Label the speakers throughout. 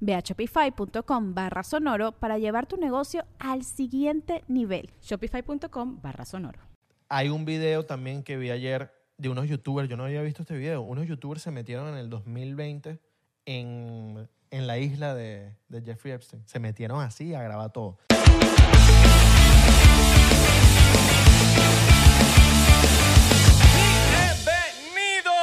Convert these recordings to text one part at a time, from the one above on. Speaker 1: Ve a shopify.com barra sonoro para llevar tu negocio al siguiente nivel.
Speaker 2: Shopify.com barra sonoro.
Speaker 3: Hay un video también que vi ayer de unos youtubers, yo no había visto este video, unos youtubers se metieron en el 2020 en, en la isla de, de Jeffrey Epstein. Se metieron así a grabar todo.
Speaker 4: Bienvenidos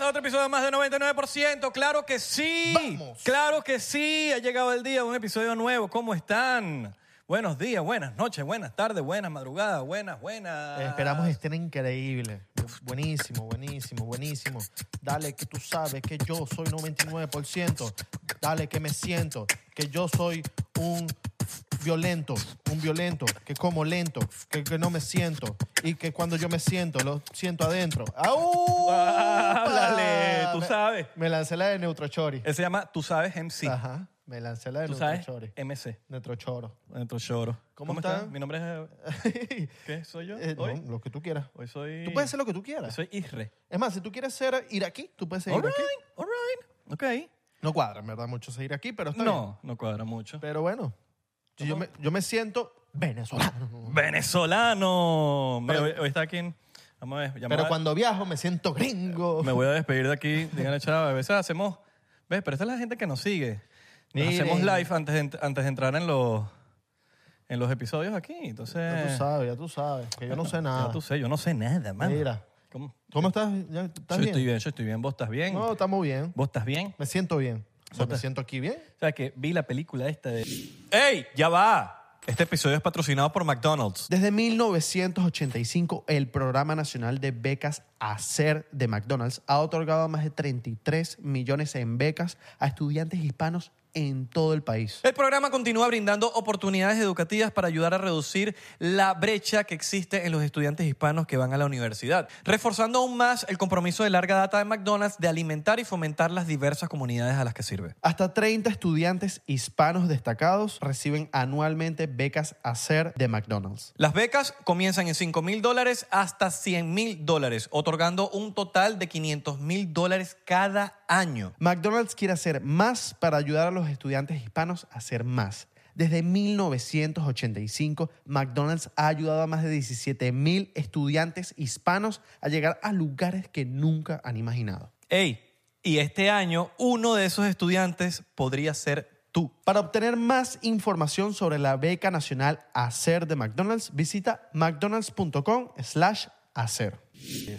Speaker 4: a otro episodio de más de 99%. Claro que sí.
Speaker 3: Vamos.
Speaker 4: Claro que sí. Ha llegado el día de un episodio nuevo. ¿Cómo están? Buenos días, buenas noches, buenas tardes, buenas madrugadas, buenas, buenas.
Speaker 3: Esperamos estén increíbles. Buenísimo, buenísimo, buenísimo. Dale que tú sabes que yo soy 99%. Dale que me siento que yo soy un violento, un violento, que como lento, que, que no me siento y que cuando yo me siento, lo siento adentro. ¡Au!
Speaker 4: Háblale, tú
Speaker 3: Ah, Me-
Speaker 4: sabes.
Speaker 3: Me lancé la de Neutrochori.
Speaker 4: Él se llama Tú sabes MC.
Speaker 3: Ajá, me lancé la de
Speaker 4: Tú sabes Eh.
Speaker 3: Neutrochori.
Speaker 4: MC.
Speaker 3: Neutrochoro.
Speaker 4: Dentro choro.
Speaker 3: ¿Cómo
Speaker 4: estás?
Speaker 3: están?
Speaker 4: Mi nombre es. ¿Qué? ¿Soy yo?
Speaker 3: Eh, no,
Speaker 4: hoy,
Speaker 3: lo que tú quieras.
Speaker 4: hoy soy.
Speaker 3: Tú puedes ser lo que tú quieras.
Speaker 4: Soy Isre.
Speaker 3: Es más, si tú quieres ser iraquí, tú puedes ser
Speaker 4: All
Speaker 3: iraquí.
Speaker 4: right, all right. Ok.
Speaker 3: No cuadra, en verdad, mucho seguir aquí, pero está bien.
Speaker 4: No, no cuadra mucho.
Speaker 3: Pero bueno, yo, yo me, yo me siento venezolano.
Speaker 4: Venezolano. Me- hoy, hoy está aquí. en- Vamos a ver. ya me
Speaker 3: Pero
Speaker 4: voy a-
Speaker 3: cuando viajo me siento gringo.
Speaker 4: Me voy a despedir de aquí. Díganle, chao. A veces hacemos. ¿Ves? Pero esta es la gente que nos sigue. Nos
Speaker 3: Miren.
Speaker 4: hacemos live antes de, ent- antes de entrar en los, en los episodios aquí.
Speaker 3: Ya tú
Speaker 4: Entonces.
Speaker 3: sabes, ya tú sabes, que yo no sé nada.
Speaker 4: Ya tú sé, yo no sé nada, mano.
Speaker 3: Mira,
Speaker 4: ¿Cómo?
Speaker 3: ¿cómo estás? ¿Ya ¿Estás
Speaker 4: yo
Speaker 3: bien?
Speaker 4: estoy bien, yo estoy bien. ¿Vos estás bien?
Speaker 3: No, estamos bien.
Speaker 4: ¿Vos estás bien?
Speaker 3: Me siento bien. O sea, me
Speaker 4: Bota.
Speaker 3: siento aquí bien.
Speaker 4: O sea, que vi la película esta de... ¡Ey! ¡Ya va! Este episodio es patrocinado por McDonald's.
Speaker 3: Desde 1985, el Programa Nacional de Becas Hacer de McDonald's ha otorgado más de 33 millones en becas a estudiantes hispanos en todo el país.
Speaker 4: El programa continúa brindando oportunidades educativas para ayudar a reducir la brecha que existe en los estudiantes hispanos que van a la universidad, reforzando aún más el compromiso de larga data de McDonald's de alimentar y fomentar las diversas comunidades a las que sirve.
Speaker 3: Hasta 30 estudiantes hispanos destacados reciben anualmente becas hacer de McDonald's.
Speaker 4: Las becas comienzan en 5 mil dólares hasta 100 mil dólares, otorgando un total de 500 mil dólares cada año.
Speaker 3: McDonald's quiere hacer más para ayudar a los estudiantes hispanos a hacer más. Desde 1985, McDonald's ha ayudado a más de 17 mil estudiantes hispanos a llegar a lugares que nunca han imaginado.
Speaker 4: Ey, y este año uno de esos estudiantes podría ser tú.
Speaker 3: Para obtener más información sobre la beca nacional Hacer de McDonald's, visita mcdonalds.com slash hacer.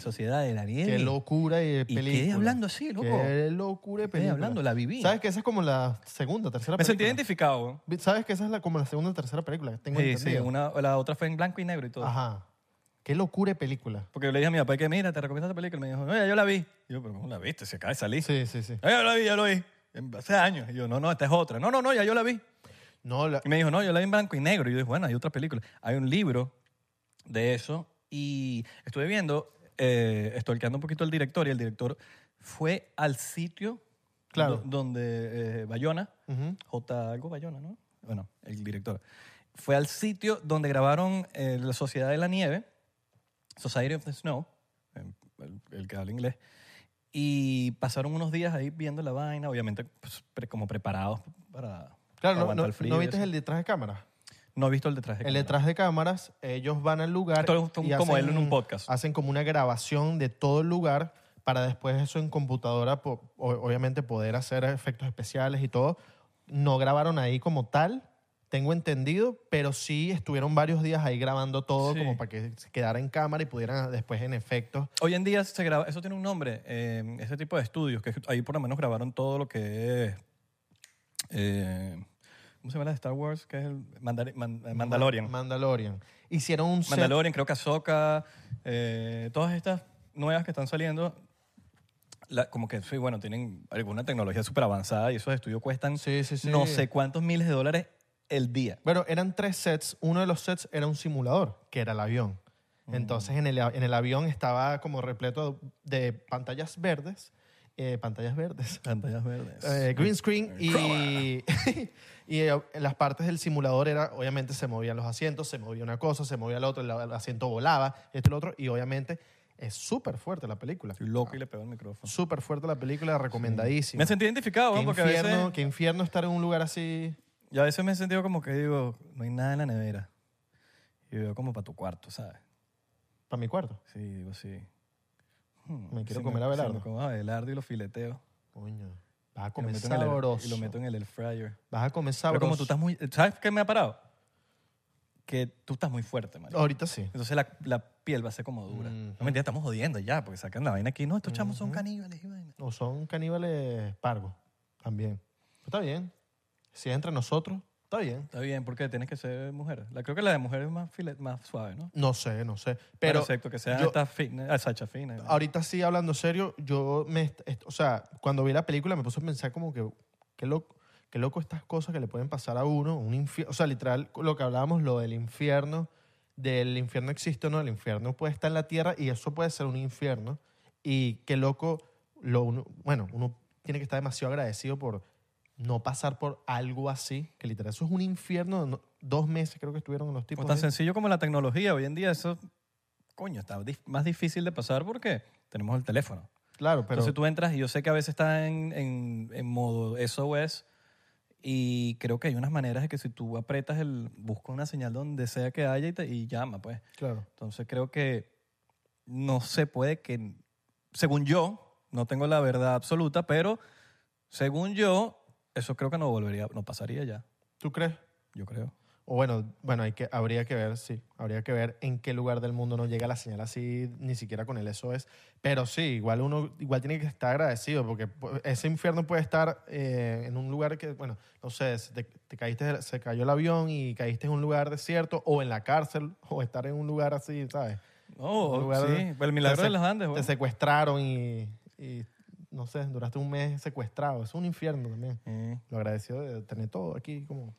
Speaker 4: Sociedad de la Nieve.
Speaker 3: Qué locura de
Speaker 4: quedé
Speaker 3: película.
Speaker 4: hablando así, loco.
Speaker 3: Qué locura de
Speaker 4: Quedé
Speaker 3: película.
Speaker 4: hablando, la viví.
Speaker 3: ¿Sabes que esa es como la segunda, tercera
Speaker 4: Me
Speaker 3: película?
Speaker 4: sentí identificado. weón.
Speaker 3: Vi- ¿Sabes que esa es la, como la segunda o tercera película? Tengo
Speaker 4: Sí, sí,
Speaker 3: entendido.
Speaker 4: una, la otra fue en blanco y negro y todo.
Speaker 3: Ajá. Qué locura de película.
Speaker 4: Porque yo le dije a mi papá que, mira, te recomiendo esta película. Y me dijo, no, ya yo la vi. Y yo, pero ¿cómo la viste? Se acaba de salir.
Speaker 3: Sí, sí, sí.
Speaker 4: "No, ya la vi, ya la vi. En- Hace años. Y yo, no, no, esta es otra. No, no, no, ya yo la vi.
Speaker 3: No, la-
Speaker 4: Y me dijo, no, yo la vi en blanco y negro. Y yo dije, bueno, hay otra película. Hay un libro de eso. Y estuve viendo, eh, estorqueando un poquito al director. Y el director fue al sitio
Speaker 3: Claro.
Speaker 4: do- donde eh, Bayona,
Speaker 3: Ujú.
Speaker 4: J. algo Bayona, ¿no? Bueno, el director. Fue al sitio donde grabaron eh, La Sociedad de la Nieve, Society of the Snow, en- el, el que habla inglés. Y pasaron unos días ahí viendo la vaina, obviamente pues, pre- como preparados para
Speaker 3: claro, no,
Speaker 4: aguantar
Speaker 3: no,
Speaker 4: el frío.
Speaker 3: ¿no
Speaker 4: y
Speaker 3: viste
Speaker 4: eso.
Speaker 3: el detrás de cámaras?
Speaker 4: No he visto el detrás de
Speaker 3: el
Speaker 4: cámara.
Speaker 3: detrás de cámaras, ellos van al lugar.
Speaker 4: Esto es un- como él en un podcast.
Speaker 3: Hacen como una grabación de todo el lugar para después eso en computadora, po- o- obviamente poder hacer efectos especiales y todo. No grabaron ahí como tal, tengo entendido, pero sí estuvieron varios días ahí grabando todo
Speaker 4: Sí.
Speaker 3: como para que se quedara en cámara y pudieran después en efectos.
Speaker 4: Hoy en día se graba, eso tiene un nombre, eh, ese tipo de estudios, que ahí por lo menos grabaron todo lo que es. eh, ¿Cómo se llama la de Star Wars? Que es el Mandari- Man- eh, Mandalorian.
Speaker 3: Mandalorian. Hicieron un set
Speaker 4: Mandalorian, creo que Ahsoka, eh, todas estas nuevas que están saliendo, la- como que, sí, bueno, tienen alguna tecnología súper avanzada y esos estudios cuestan
Speaker 3: Sí, sí, sí.
Speaker 4: no sé cuántos miles de dólares el día.
Speaker 3: Bueno, eran tres sets. Uno de los sets era un simulador, que era el avión.
Speaker 4: Mm.
Speaker 3: Entonces en el, a- en el avión estaba como repleto de pantallas verdes, eh, pantallas verdes,
Speaker 4: Pantallas verdes.
Speaker 3: eh, green screen y, y eh, las partes del simulador era, obviamente se movían los asientos, se movía una cosa, se movía la otra, el, el asiento volaba, esto y lo otro, y obviamente es súper fuerte la película.
Speaker 4: Estoy loco y le pego el micrófono.
Speaker 3: Súper fuerte la película, recomendadísima.
Speaker 4: Me sentí identificado,
Speaker 3: Qué
Speaker 4: ¿no? porque a veces,
Speaker 3: infierno, qué infierno estar en un lugar así.
Speaker 4: yo a veces me he sentido como que digo, no hay nada en la nevera. Y veo como para tu cuarto, ¿sabes?
Speaker 3: Para mi cuarto.
Speaker 4: Sí, digo, sí. Hmm,
Speaker 3: Me quiero
Speaker 4: si
Speaker 3: comer a
Speaker 4: si
Speaker 3: Abelardo.
Speaker 4: me como a Abelardo y lo fileteo.
Speaker 3: Coño. Vas a
Speaker 4: Y lo
Speaker 3: comer
Speaker 4: meto en el air-
Speaker 3: sabroso.
Speaker 4: Y lo meto en el air fryer.
Speaker 3: Vas a comer
Speaker 4: Pero
Speaker 3: sabroso.
Speaker 4: como tú estás muy... ¿Sabes qué me ha parado? Que tú estás muy fuerte, man.
Speaker 3: Ahorita sí.
Speaker 4: Entonces la, la piel va a ser como dura.
Speaker 3: Oh. Ujú.
Speaker 4: No mentira, estamos jodiendo ya, porque sacan la vaina aquí. No, estos chamos son caníbales. y vaina.
Speaker 3: O son caníbales pargos también. Pero está bien. Si es entre nosotros, está bien.
Speaker 4: Está bien, porque tienes que ser mujer. La, creo que la de mujer es más, file- más suave, ¿no?
Speaker 3: No sé, no sé. Pero
Speaker 4: Excepto que sea
Speaker 3: yo-
Speaker 4: esta fina, ah, Sacha fina.
Speaker 3: ahorita sí, hablando serio, yo me... est- est- O sea, cuando vi la película me puse a pensar como que... Qué loco, qué loco estas cosas que le pueden pasar a uno. Un infi- o sea, literal, lo que hablábamos, lo del infierno. Del infierno existe o no. El infierno puede estar en la tierra y eso puede ser un infierno. Y qué loco... Lo uno, bueno, uno tiene que estar demasiado agradecido por no pasar por algo así. Que literal, eso es un infierno. no- dos meses creo que estuvieron los tipos.
Speaker 4: Como tan
Speaker 3: ahí.
Speaker 4: sencillo como la tecnología. Hoy en día eso, coño, está dif- más difícil de pasar porque tenemos el teléfono.
Speaker 3: Claro, pero...
Speaker 4: Entonces tú entras y yo sé que a veces está en, en, en modo SOS y creo que hay unas maneras de que si tú aprietas el... Busca una señal donde sea que haya y, te- y llama, pues.
Speaker 3: claro.
Speaker 4: Entonces creo que no se puede que... Según yo, no tengo la verdad absoluta, pero según yo, eso creo que no volvería, no pasaría ya,
Speaker 3: ¿Tú crees?
Speaker 4: yo creo.
Speaker 3: O bueno, bueno, hay que, habría que ver, sí, habría que ver en qué lugar del mundo no llega la señal así, ni siquiera con el SOS. Pero sí, igual uno igual tiene que estar agradecido, porque pu- ese infierno puede estar eh, en un lugar que, bueno, no sé, se te, te caíste, del- se cayó el avión y caíste en un lugar desierto, o en la cárcel, o estar en un lugar así, ¿sabes?
Speaker 4: No,
Speaker 3: Un lugar-
Speaker 4: sí, pues, el milagro
Speaker 3: te
Speaker 4: de
Speaker 3: sec-
Speaker 4: los Andes.
Speaker 3: Te
Speaker 4: bueno.
Speaker 3: secuestraron y, y, no sé, duraste un mes secuestrado. Es un infierno también.
Speaker 4: Sí.
Speaker 3: Lo agradecido de tener todo aquí como...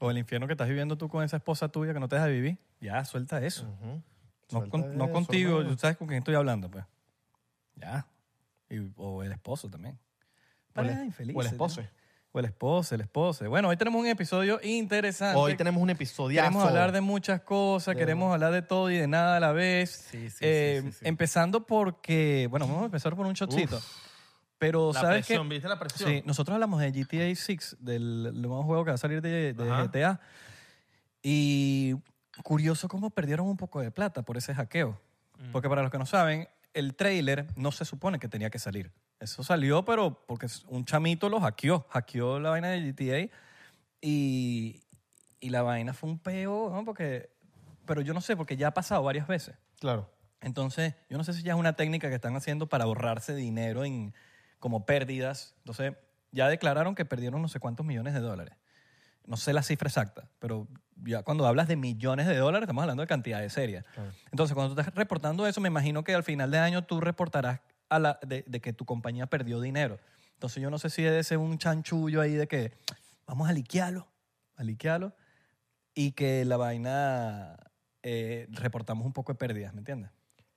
Speaker 4: O el infierno que estás viviendo tú con esa esposa tuya que no te deja vivir. Ya, suelta eso.
Speaker 3: ujú.
Speaker 4: No,
Speaker 3: Suelta
Speaker 4: con- no
Speaker 3: eso,
Speaker 4: contigo,
Speaker 3: mano.
Speaker 4: tú sabes con quién estoy hablando, pues. Ya. Y- o el esposo también.
Speaker 3: O el-
Speaker 4: Pareja infeliz,
Speaker 3: o el
Speaker 4: ¿no?
Speaker 3: esposo.
Speaker 4: O el esposo, el esposo. Bueno, hoy tenemos un episodio interesante.
Speaker 3: Hoy tenemos un episodio.
Speaker 4: Queremos hablar de muchas cosas, queremos hablar de todo y de nada a la vez.
Speaker 5: Sí, sí,
Speaker 4: Eh,
Speaker 5: sí, sí, sí.
Speaker 4: Empezando porque, bueno, vamos a empezar por un shotcito. Pero,
Speaker 5: La
Speaker 4: ¿sabes qué?
Speaker 5: presión, ¿viste la presión?
Speaker 4: Sí, nosotros hablamos de GTA 6, del, del nuevo juego que va a salir de, de
Speaker 5: Ajá.
Speaker 4: GTA. Y curioso cómo perdieron un poco de plata por ese hackeo.
Speaker 5: Mm.
Speaker 4: Porque para los que no saben, el trailer no se supone que tenía que salir. Eso salió, pero porque un chamito lo hackeó. Hackeó la vaina de GTA. Y, y la vaina fue un peo, ¿no? Porque, pero yo no sé, porque ya ha pasado varias veces.
Speaker 3: Claro.
Speaker 4: Entonces, yo no sé si ya es una técnica que están haciendo para ahorrarse dinero en como pérdidas. Entonces, ya declararon que perdieron no sé cuántos millones de dólares. No sé la cifra exacta, pero ya cuando hablas de millones de dólares estamos hablando de cantidades serias.
Speaker 3: Claro.
Speaker 4: Entonces, cuando tú estás reportando eso, me imagino que al final de año tú reportarás a la, de, de que tu compañía perdió dinero. Entonces, yo no sé si es un chanchullo ahí de que vamos a liquearlo, a liquearlo, y que la vaina eh, reportamos un poco de pérdidas, ¿me entiendes?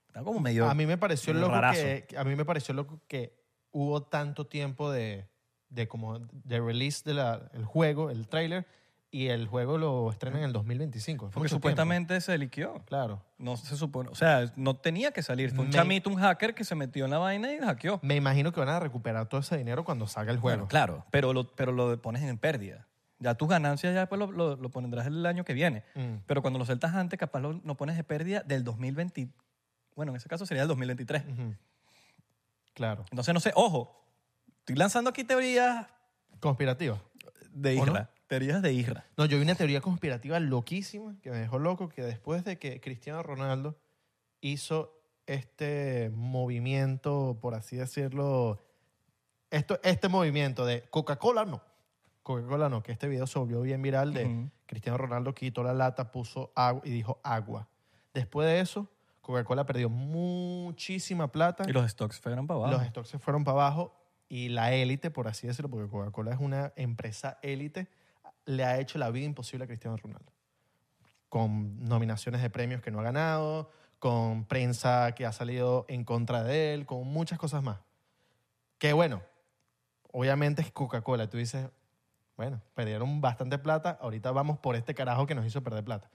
Speaker 4: Está como medio...
Speaker 3: a mí me pareció
Speaker 4: un
Speaker 3: loco
Speaker 4: rarazo.
Speaker 3: que a mí me pareció loco que hubo tanto tiempo de, de como de release del el juego, el tráiler y el juego lo estrenan en el 2025. Fue
Speaker 4: porque
Speaker 3: mucho
Speaker 4: supuestamente se liqueó.
Speaker 3: tiempo. claro.
Speaker 4: No se supone, o sea, no tenía que salir. Fue un
Speaker 3: Me-
Speaker 4: chamito, un hacker que se metió en la vaina y hackeó.
Speaker 3: Me imagino que van a recuperar todo ese dinero cuando salga el juego.
Speaker 4: Bueno, claro, pero lo, pero lo pones en pérdida. Ya tus ganancias ya después lo, lo, lo pondrás el año que viene.
Speaker 3: Mm.
Speaker 4: Pero cuando lo sueltas antes, capaz lo, lo pones de pérdida del 2020. Bueno, en ese caso sería el 2023.
Speaker 3: Ujú. Claro.
Speaker 4: Entonces, no sé, ojo, estoy lanzando aquí teorías
Speaker 3: Conspirativa.
Speaker 4: de
Speaker 3: ¿O no?
Speaker 4: isla. Teorías de Isra.
Speaker 3: No, yo vi una teoría conspirativa loquísima que me dejó loco que después de que Cristiano Ronaldo hizo este movimiento, por así decirlo, esto, este movimiento de Coca-Cola no, Coca-Cola no, que este video se volvió bien viral de
Speaker 4: Ujú.
Speaker 3: Cristiano Ronaldo quitó la lata, puso agua y dijo agua. Después de eso, Coca-Cola perdió muchísima plata.
Speaker 4: Y los stocks fueron para abajo.
Speaker 3: Los stocks se fueron para abajo y la élite, por así decirlo, porque Coca-Cola es una empresa élite, le ha hecho la vida imposible a Cristiano Ronaldo. Con nominaciones de premios que no ha ganado, con prensa que ha salido en contra de él, con muchas cosas más. Que bueno, obviamente es Coca-Cola. Tú dices, bueno, perdieron bastante plata, ahorita vamos por este carajo que nos hizo perder plata.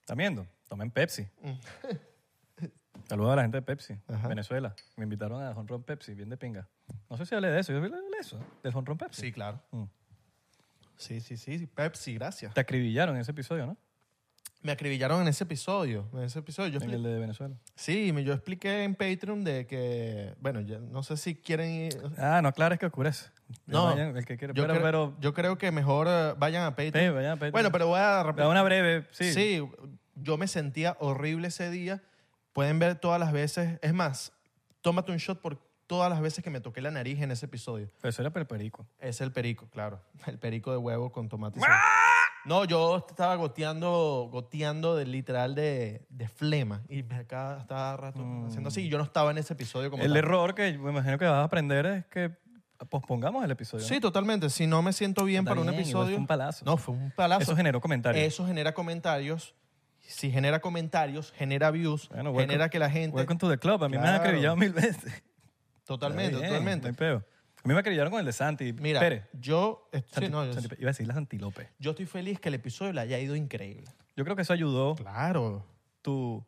Speaker 4: ¿Están viendo? Tomen Pepsi. Saludos a la gente de Pepsi,
Speaker 3: Mm. Ajá.
Speaker 4: Venezuela. Me invitaron a Honron Pepsi, bien de pinga. No sé si hablé de eso. Yo hablé de eso, del Honron Pepsi.
Speaker 3: Sí, claro.
Speaker 4: Mm.
Speaker 3: Sí, sí, sí. Pepsi, gracias.
Speaker 4: Te acribillaron en ese episodio, ¿no?
Speaker 3: Me acribillaron en ese episodio. En ese episodio yo
Speaker 4: en el de Venezuela.
Speaker 3: Sí, me- yo expliqué en Patreon de que, bueno, ya no sé si quieren ir.
Speaker 4: Ah, no aclares que oscurece.
Speaker 3: No,
Speaker 4: Vayan, el que quiere.
Speaker 3: Yo,
Speaker 4: pero,
Speaker 3: creo,
Speaker 4: pero,
Speaker 3: yo creo que mejor eh, vayan a Patreon.
Speaker 4: Pe- vayan a Patreon.
Speaker 3: Bueno, pero voy a rep-
Speaker 4: Da una breve, sí.
Speaker 3: Sí. yo me sentía horrible ese día. Pueden ver todas las veces. Es más, tómate un shot por todas las veces que me toqué la nariz en ese episodio.
Speaker 4: Pero eso era para el perico.
Speaker 3: Es el perico, claro. El perico de huevo con tomate. y sal.
Speaker 4: ¡Ah!
Speaker 3: No, yo estaba goteando, goteando de, literal de, de flema. Y me acá estaba rato haciendo así. y Yo no estaba en ese episodio como
Speaker 4: Mm. El
Speaker 3: tal.
Speaker 4: error que me imagino que vas a aprender es que pospongamos el episodio.
Speaker 3: Sí, totalmente. Si no me siento bien
Speaker 4: Está
Speaker 3: para un
Speaker 4: bien, igual
Speaker 3: episodio.
Speaker 4: fue un palazo.
Speaker 3: No, fue un
Speaker 4: ¿no?
Speaker 3: palazo.
Speaker 4: Eso generó comentarios.
Speaker 3: Eso genera comentarios. Si genera comentarios, genera views,
Speaker 4: Bueno, welcome-
Speaker 3: genera que la gente.
Speaker 4: Welcome to the club. A mí me han
Speaker 3: Claro.
Speaker 4: acribillado mil veces.
Speaker 3: Totalmente,
Speaker 4: Está bien,
Speaker 3: totalmente.
Speaker 4: No hay peo. A mí me acribillaron con el de Santi.
Speaker 3: Mira,
Speaker 4: Pérez.
Speaker 3: yo. eh, sí,
Speaker 4: Santi-
Speaker 3: no, yo-
Speaker 4: Santi Pérez. Iba a decir la Santi López.
Speaker 3: yo estoy feliz que el episodio le haya ido increíble.
Speaker 4: Yo creo que eso ayudó
Speaker 3: Claro.
Speaker 4: tu,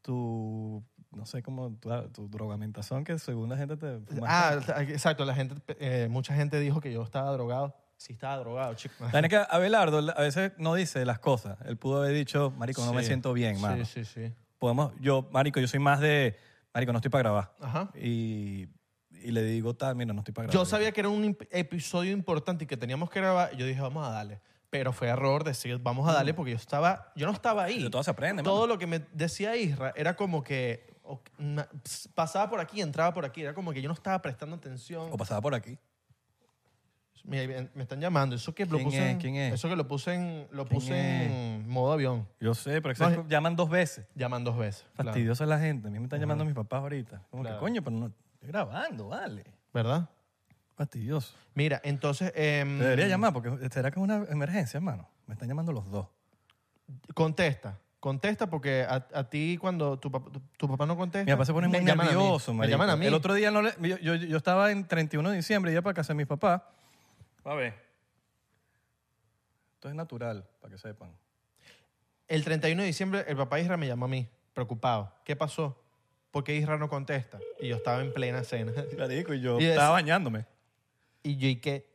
Speaker 4: tu no sé cómo, tu, tu drogamentación que según la gente te...
Speaker 3: Ah, exacto. La gente, eh, mucha gente dijo que yo estaba drogado. Sí, estaba drogado, chico.
Speaker 4: La verdad es que Abelardo a veces no dice las cosas. Él pudo haber dicho, marico, no me
Speaker 3: Sí.
Speaker 4: siento bien, mano.
Speaker 3: Sí, sí, sí.
Speaker 4: Podemos, yo, marico, yo soy más de, marico, no estoy para grabar.
Speaker 3: Ajá.
Speaker 4: Y, y le digo, tal, mira, no estoy para grabar.
Speaker 3: Yo sabía que era un imp- episodio importante y que teníamos que grabar. Yo dije, vamos a darle. Pero fue error decir, vamos a
Speaker 4: Mm.
Speaker 3: darle, porque yo estaba, yo no estaba ahí.
Speaker 4: De todo se aprende,
Speaker 3: Todo
Speaker 4: mano.
Speaker 3: lo que me decía Isra era como que o- na- ps- pasaba por aquí, entraba por aquí. Era como que yo no estaba prestando atención.
Speaker 4: O pasaba por aquí.
Speaker 3: Mira, Me, me están llamando. Eso que lo
Speaker 4: ¿Quién
Speaker 3: puse.
Speaker 4: es?
Speaker 3: en-
Speaker 4: ¿Quién es?
Speaker 3: Eso que lo puse en, lo
Speaker 4: ¿Quién
Speaker 3: puse en modo avión.
Speaker 4: Yo sé, pero
Speaker 3: No,
Speaker 4: exacto, llaman dos veces.
Speaker 3: Llaman dos veces. claro.
Speaker 4: Fastidiosa la gente. A mí me están llamando mis papás ahorita. Como
Speaker 3: Claro.
Speaker 4: que, coño, pero no estoy grabando, vale.
Speaker 3: ¿Verdad?
Speaker 4: Fastidioso.
Speaker 3: Mira, entonces. em,
Speaker 4: Te debería llamar porque será que es una emergencia, hermano. Me están llamando los dos.
Speaker 3: Contesta. Contesta porque a, a ti cuando tu, pap- tu, tu papá no contesta.
Speaker 4: Mi papá se pone
Speaker 3: me
Speaker 4: muy
Speaker 3: llaman a mí.
Speaker 4: nervioso,
Speaker 3: Me
Speaker 4: marico.
Speaker 3: llaman a mí.
Speaker 4: El otro día no le- yo, yo- yo estaba en 31 de diciembre, iba para casa de mis papás. A ver. Esto es natural, para que sepan.
Speaker 3: El 31 de diciembre, el papá de Isra me llamó a mí, preocupado. ¿Qué pasó? ¿Por qué Isra no contesta? Y yo estaba en plena cena.
Speaker 4: Marico, y yo
Speaker 3: Y es-
Speaker 4: estaba bañándome.
Speaker 3: Y yo, ¿y qué?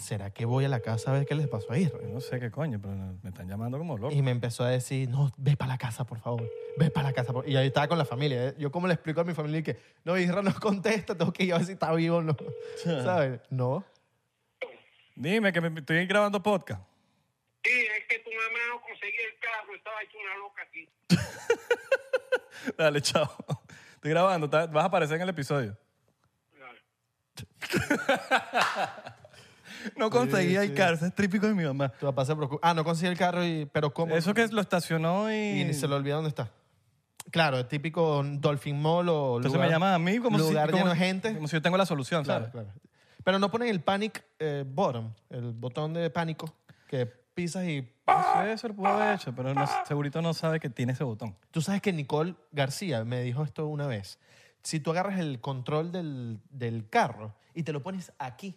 Speaker 3: ¿Será que voy a la casa a ver qué les pasó a Isra?
Speaker 4: Yo no sé qué coño, pero me están llamando como loco.
Speaker 3: Y me empezó a decir, no, ve para la casa, por favor. Ve para la casa. por-". Y ahí estaba con la familia. ¿eh? Yo, ¿cómo le explico a mi familia? Y que, no, Isra no contesta, tengo que ir a ver si está vivo o no. ¿Sabes? No.
Speaker 4: Dime que me, estoy grabando podcast.
Speaker 5: Sí, es que tu mamá no conseguía el carro, estaba hecho una loca aquí.
Speaker 4: Dale, chao. Estoy grabando, ta- vas a aparecer en el episodio. No conseguía el carro, es típico de mi mamá.
Speaker 3: Tu papá se preocupa. Ah, no consigue el carro, y, pero ¿cómo?
Speaker 4: Eso que lo estacionó y...
Speaker 3: Y ni se le olvida dónde está. Claro, el típico Dolphin Mall o
Speaker 4: Entonces
Speaker 3: lugar-
Speaker 4: me llaman a mí como si...
Speaker 3: lugar
Speaker 4: como-
Speaker 3: lleno de gente.
Speaker 4: Como si yo tengo la solución,
Speaker 3: Claro,
Speaker 4: ¿sabes?
Speaker 3: claro. Pero no ponen el panic eh, bottom, el botón de pánico que pisas y...
Speaker 4: No sé, eso lo pudo haber hecho, pero no, segurito no sabe que tiene ese botón.
Speaker 3: Tú sabes que Nicole García me dijo esto una vez. Si tú agarras el control del, del carro y te lo pones aquí,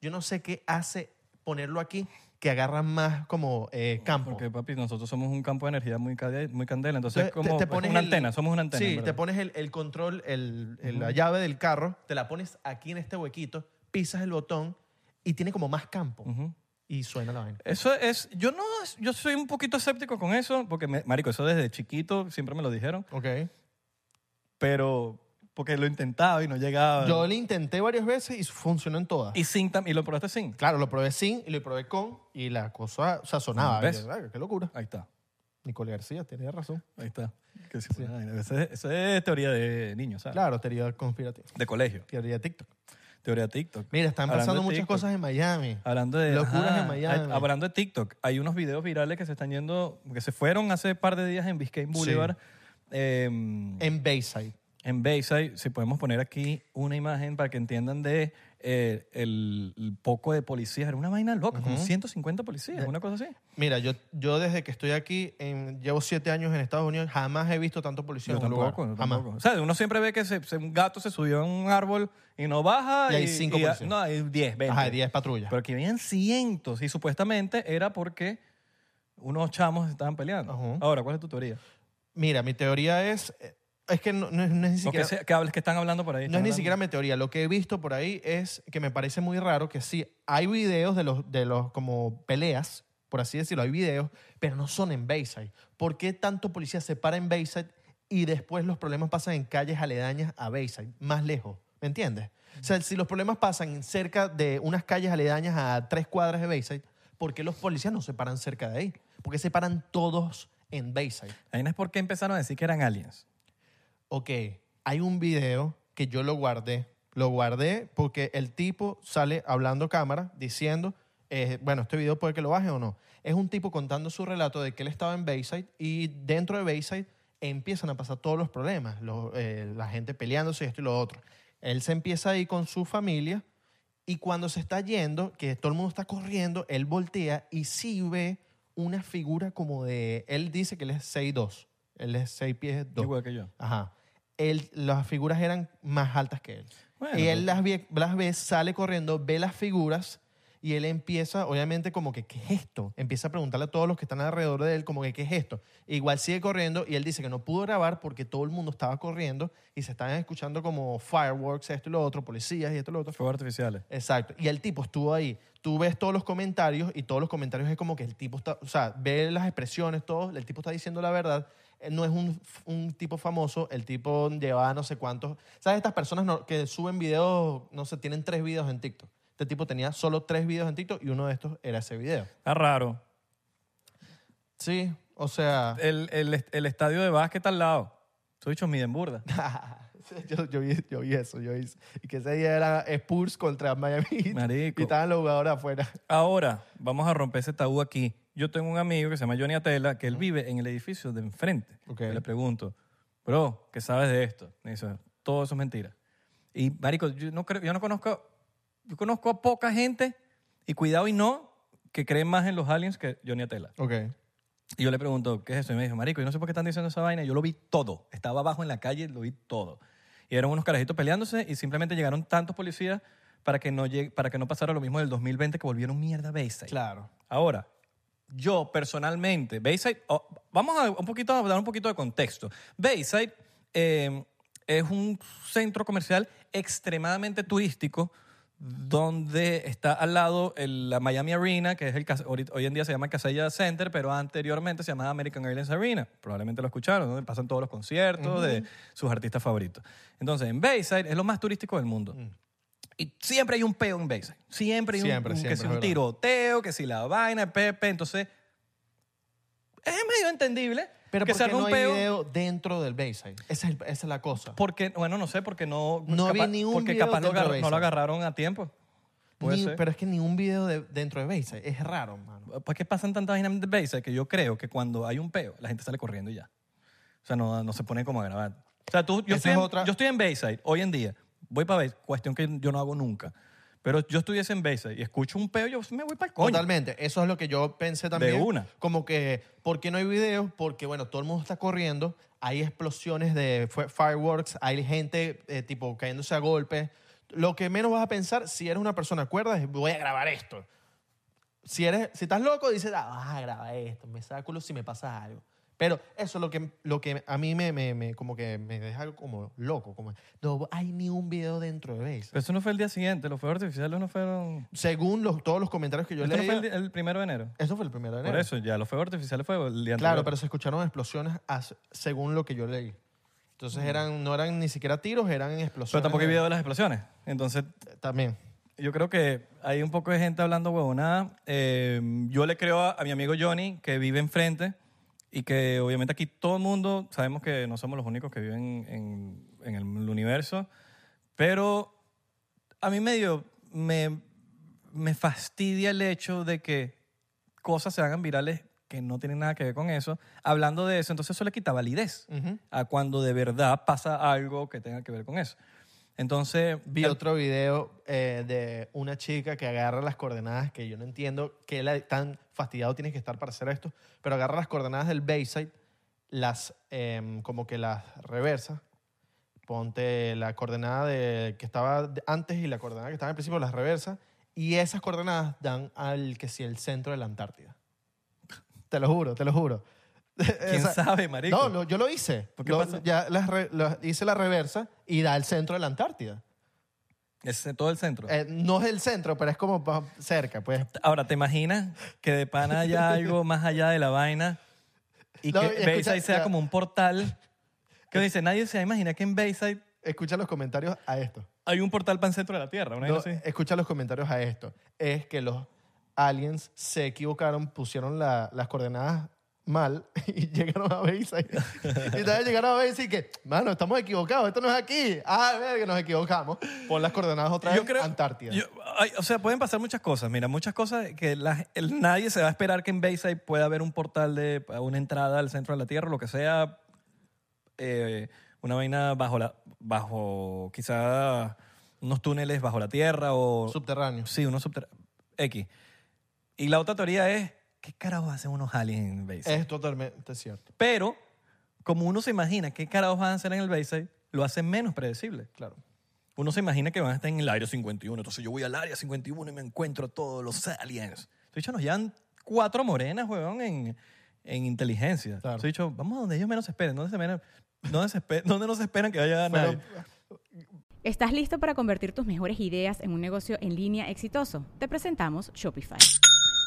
Speaker 3: yo no sé qué hace ponerlo aquí que agarra más como eh, campo.
Speaker 4: Oh, Porque, papi, nosotros somos un campo de energía muy, cade- muy candela. Entonces,
Speaker 3: Entonces,
Speaker 4: como es una
Speaker 3: el-
Speaker 4: antena, somos una antena. en
Speaker 3: Sí, te
Speaker 4: verdad.
Speaker 3: pones el, el control, el- el- la llave del carro, te la pones aquí en este huequito, pisas el botón y tiene como más campo.
Speaker 4: Ujú.
Speaker 3: Y suena la vaina.
Speaker 4: Eso es, yo no, yo soy un poquito escéptico con eso, porque, me- marico, eso desde chiquito siempre me lo dijeron,
Speaker 3: Ok.
Speaker 4: pero porque lo intentaba y no llegaba.
Speaker 3: Yo lo intenté varias veces y funcionó en todas.
Speaker 4: Ah. y sin tam- y lo probaste sin.
Speaker 3: claro, lo probé sin y lo probé con y la cosa, o sea, sonaba.
Speaker 4: Ah, ¿Ves?
Speaker 3: Yo, "Ay, qué locura.
Speaker 4: Ahí está.
Speaker 3: Nicole García tenía razón.
Speaker 4: Ahí está. Que sí, bueno, ay, Eso, es, eso es teoría de niños, ¿sabes?
Speaker 3: Claro, teoría conspirativa.
Speaker 4: De colegio.
Speaker 3: Teoría de TikTok.
Speaker 4: Teoría de TikTok.
Speaker 3: Mira, están
Speaker 4: Hablando
Speaker 3: pasando
Speaker 4: de
Speaker 3: muchas
Speaker 4: TikTok. Ah.
Speaker 3: cosas en Miami.
Speaker 4: Hablando de.
Speaker 3: Locuras en
Speaker 4: hay-
Speaker 3: Miami.
Speaker 4: hablando de TikTok, hay unos videos virales que se están yendo, que se fueron hace par de días en Biscayne Boulevard. em,
Speaker 3: En Bayside.
Speaker 4: en Bayside, si podemos poner aquí una imagen para que entiendan de eh, el, el poco de policías. Era una vaina loca, como 150 policías, una cosa así.
Speaker 3: Mira, yo, yo desde que estoy aquí, en- llevo siete años en Estados Unidos, jamás he visto tanto policía
Speaker 4: Yo
Speaker 3: en un lugar.
Speaker 4: tampoco, yo
Speaker 3: jamás.
Speaker 4: tampoco. O sea, uno siempre ve que se- se- un gato se subió a un árbol y no baja.
Speaker 3: Y hay cinco
Speaker 4: a-
Speaker 3: policías.
Speaker 4: No, hay 10, 20.
Speaker 3: Ajá, 10 patrullas.
Speaker 4: Pero aquí venían cientos y supuestamente era porque unos chamos estaban peleando.
Speaker 3: Ajá.
Speaker 4: Ahora, ¿cuál es tu teoría?
Speaker 3: Mira, mi teoría es... eh, Es que no, no es, no es ni
Speaker 4: Porque
Speaker 3: siquiera...
Speaker 4: se- que, hables- que están hablando por ahí.
Speaker 3: No
Speaker 4: están
Speaker 3: es ni
Speaker 4: hablando.
Speaker 3: siquiera mi teoría. Lo que he visto por ahí es que me parece muy raro que sí, hay videos de los, de los como peleas, por así decirlo, hay videos, pero no son en Bayside. ¿Por qué tanto policía se para en Bayside y después los problemas pasan en calles aledañas a Bayside, más lejos? ¿Me entiendes? O sea, si los problemas pasan en cerca de unas calles aledañas a tres cuadras de Bayside, ¿por qué los policías no se paran cerca de ahí? ¿Por qué se paran todos en Bayside?
Speaker 4: Ahí no es porque empezaron a decir que eran aliens.
Speaker 3: ok, hay un video que yo lo guardé. Lo guardé porque el tipo sale hablando a cámara diciendo, eh, bueno, este video puede que lo baje o no. Es un tipo contando su relato de que él estaba en Bayside y dentro de Bayside empiezan a pasar todos los problemas, los, eh, la gente peleándose y esto y lo otro. Él se empieza ahí con su familia y cuando se está yendo, que todo el mundo está corriendo, él voltea y sí ve una figura como de, él dice que él es 6'2, él es 6 pies 2.
Speaker 4: Igual que yo.
Speaker 3: Ajá. Él, las figuras eran más altas que él.
Speaker 4: Bueno,
Speaker 3: y él las ve, las ve, sale corriendo, ve las figuras y él empieza, obviamente, como que, ¿qué es esto? Empieza a preguntarle a todos los que están alrededor de él, como que, ¿qué es esto? E Igual sigue corriendo y él dice que no pudo grabar porque todo el mundo estaba corriendo y se estaban escuchando como fireworks, esto y lo otro, policías y esto y lo otro.
Speaker 4: Fuegos artificiales.
Speaker 3: Exacto. Y el tipo estuvo ahí. Tú ves todos los comentarios y todos los comentarios es como que el tipo está, o sea, ve las expresiones, todo, el tipo está diciendo la verdad. Eh, No es un, un tipo famoso, el tipo llevaba no sé cuántos. ¿Sabes? Estas personas no- que suben videos, no sé, tienen tres videos en TikTok. Este tipo tenía solo tres videos en TikTok y uno de estos era ese video.
Speaker 4: Está raro.
Speaker 3: Sí, o sea,
Speaker 4: El, el est- el estadio de básquet al lado. Esos bichos miden burda.
Speaker 3: yo, yo vi, yo vi eso, yo vi eso. Y que ese día era Spurs contra Miami. Heat.
Speaker 4: Marico.
Speaker 3: Y estaban los jugadores afuera.
Speaker 4: Ahora, vamos a romper ese tabú aquí. Yo tengo un amigo que se llama Johnny Atela, que él vive en el edificio de enfrente.
Speaker 3: Ok.
Speaker 4: Yo le pregunto, bro, ¿qué sabes de esto? Me dice, todo eso es mentira. Y, marico, yo no, creo, yo no conozco, yo conozco a poca gente, y cuidado y no, que creen más en los aliens que Johnny Atela.
Speaker 3: Ok.
Speaker 4: Y yo le pregunto, ¿qué es eso? Y me dijo, marico, yo no sé por qué están diciendo esa vaina. Yo lo vi todo. Estaba abajo en la calle, lo vi todo. Y eran unos carajitos peleándose y simplemente llegaron tantos policías para que no, llegue- para que no pasara lo mismo del 2020 que volvieron mierda a Bayside.
Speaker 3: Claro.
Speaker 4: Ahora, yo personalmente, Bayside, oh, vamos a, un poquito, a dar un poquito de contexto. Bayside eh, es un centro comercial extremadamente turístico donde está al lado el- la Miami Arena, que es el cas- ahorita- hoy en día se llama Casella Center, pero anteriormente se llamaba American Airlines Arena. Probablemente lo escucharon, donde pasan todos los conciertos de sus artistas favoritos. Entonces, en Bayside es lo más turístico del mundo. Y siempre hay un peo en Bayside. Siempre hay un-
Speaker 3: Siempre,
Speaker 4: un,
Speaker 3: siempre,
Speaker 4: que
Speaker 3: es
Speaker 4: si un
Speaker 3: verdad.
Speaker 4: tiroteo, que si la vaina, pepe. Entonces, es medio entendible
Speaker 3: Pero
Speaker 4: que
Speaker 3: ¿por
Speaker 4: se
Speaker 3: qué
Speaker 4: arme
Speaker 3: no
Speaker 4: un
Speaker 3: hay
Speaker 4: peo.
Speaker 3: video dentro del Bayside? Esa es, esa es la cosa.
Speaker 4: Porque, bueno, no sé, porque no.
Speaker 3: No vi ni un
Speaker 4: Porque
Speaker 3: video
Speaker 4: capaz lo
Speaker 3: dentro de
Speaker 4: agarra- no
Speaker 3: Bayside.
Speaker 4: lo agarraron a tiempo. Puede
Speaker 3: Ni-
Speaker 4: ser.
Speaker 3: Pero es que ni un video de- dentro de Bayside. Es raro, mano.
Speaker 4: ¿Por qué Pues pasan tantas vainas de Bayside que yo creo que cuando hay un peo, la gente sale corriendo y ya? O sea, no, no se pone como a grabar. O sea, tú,
Speaker 3: Esa
Speaker 4: yo, estoy
Speaker 3: es
Speaker 4: en,
Speaker 3: otra-
Speaker 4: yo estoy en Bayside hoy en día. Voy para Bayside, cuestión que yo no hago nunca. Pero yo estuviese en Bayside y escucho un peo, yo me voy para el coño.
Speaker 3: Totalmente. Eso es lo que yo pensé también.
Speaker 4: una.
Speaker 3: Como que, ¿por qué no hay videos? Porque, bueno, todo el mundo está corriendo. Hay explosiones de fu- fireworks. Hay gente, eh, tipo, cayéndose a golpes. Lo que menos vas a pensar, si eres una persona cuerda, es voy a grabar esto. Si, eres, si estás loco, dices, ah, vas a grabar esto, me saca culo si me pasa algo. Pero eso es lo que, lo que a mí me, me- me- como que me deja como loco. Como, no hay ni un video dentro de Base.
Speaker 4: Pero eso no fue el día siguiente, los fuegos artificiales no fueron.
Speaker 3: Según los, todos los comentarios que yo
Speaker 4: Esto no
Speaker 3: leí,
Speaker 4: fue el, di- el primero de enero.
Speaker 3: eso fue el primero de enero.
Speaker 4: Por eso, ya los fuegos artificiales fue el día
Speaker 3: Claro,
Speaker 4: anterior.
Speaker 3: pero se escucharon explosiones as- según lo que yo leí. Entonces eran, no eran ni siquiera tiros, eran explosiones.
Speaker 4: Mm. Pero tampoco hay
Speaker 3: de-
Speaker 4: video de las explosiones. Entonces,
Speaker 3: También.
Speaker 4: yo creo que hay un poco de gente hablando huevonada. Eh, yo le creo a, a mi amigo Johnny, que vive enfrente, y que obviamente aquí todo el mundo, sabemos que no somos los únicos que viven en, en el, universo, pero a mí medio me, me fastidia el hecho de que cosas se hagan virales que no tienen nada que ver con eso. Hablando de eso, entonces eso le quita validez
Speaker 3: Ujú.
Speaker 4: a cuando de verdad pasa algo que tenga que ver con eso. Entonces,
Speaker 3: Vi
Speaker 4: el-
Speaker 3: otro video eh, de una chica que agarra las coordenadas, que yo no entiendo qué la- tan fastidiado tienes que estar para hacer esto, pero agarra las coordenadas del Bayside, las, em, como que las reversa, ponte la coordenada de, que estaba de- antes y la coordenada que estaba al principio, las reversa, y esas coordenadas dan al que si el centro de la Antártida. Te lo juro, te lo juro.
Speaker 4: ¿Quién
Speaker 3: Esa-
Speaker 4: sabe, marico?
Speaker 3: No, lo- yo lo hice.
Speaker 4: ¿Por qué
Speaker 3: Lo-
Speaker 4: pasa?
Speaker 3: ya las re- las- hice la reversa y da al centro de la Antártida.
Speaker 4: Es todo el centro.
Speaker 3: Eh, no es el centro, pero es como pa- cerca, pues.
Speaker 4: Ahora, ¿te imaginas que de pana haya algo más allá de la vaina y
Speaker 3: No,
Speaker 4: que
Speaker 3: y escucha,
Speaker 4: Bayside sea
Speaker 3: ya. Eh.
Speaker 4: como un portal? Que dice, nadie se imagina que en Bayside
Speaker 3: Escucha los comentarios a esto.
Speaker 4: hay un portal para el centro de la Tierra. Una
Speaker 3: No, eh,
Speaker 4: vaina así.
Speaker 3: escucha los comentarios a esto. Es que los aliens se equivocaron, pusieron la- las coordenadas mal y llegaron a Bayside. y también llegaron a Bayside que, mano, estamos equivocados, esto no es aquí. Ah, que nos equivocamos. Pon las coordenadas otra vez, Antártida.
Speaker 4: yo- ay, o sea, pueden pasar muchas cosas. Mira, muchas cosas que la- el- nadie se va a esperar que en Bayside pueda haber un portal de una entrada al centro de la Tierra, lo que sea. eh, una vaina bajo la. bajo. quizá unos túneles bajo la tierra o.
Speaker 3: Subterráneo.
Speaker 4: Sí, unos subter- X. Y la otra teoría es, ¿qué carajos hacen unos aliens en el Bayside?
Speaker 3: Es totalmente cierto.
Speaker 4: Pero, como uno se imagina qué carajos van a hacer en el Bayside, lo hacen menos predecible.
Speaker 3: Claro.
Speaker 4: Uno se imagina que van a estar en el área 51. Entonces yo voy al área 51 y me encuentro a todos los aliens. Entonces dicho, nos llevan cuatro morenas, weón, en, en inteligencia.
Speaker 3: Claro.
Speaker 4: Entonces dicho, vamos a donde ellos menos se esperen. ¿Dónde, se menos- dónde, se espe- dónde no se esperan que vaya nadie?
Speaker 3: Fueron-
Speaker 2: ¿Estás listo para convertir tus mejores ideas en un negocio en línea exitoso? Te presentamos Shopify.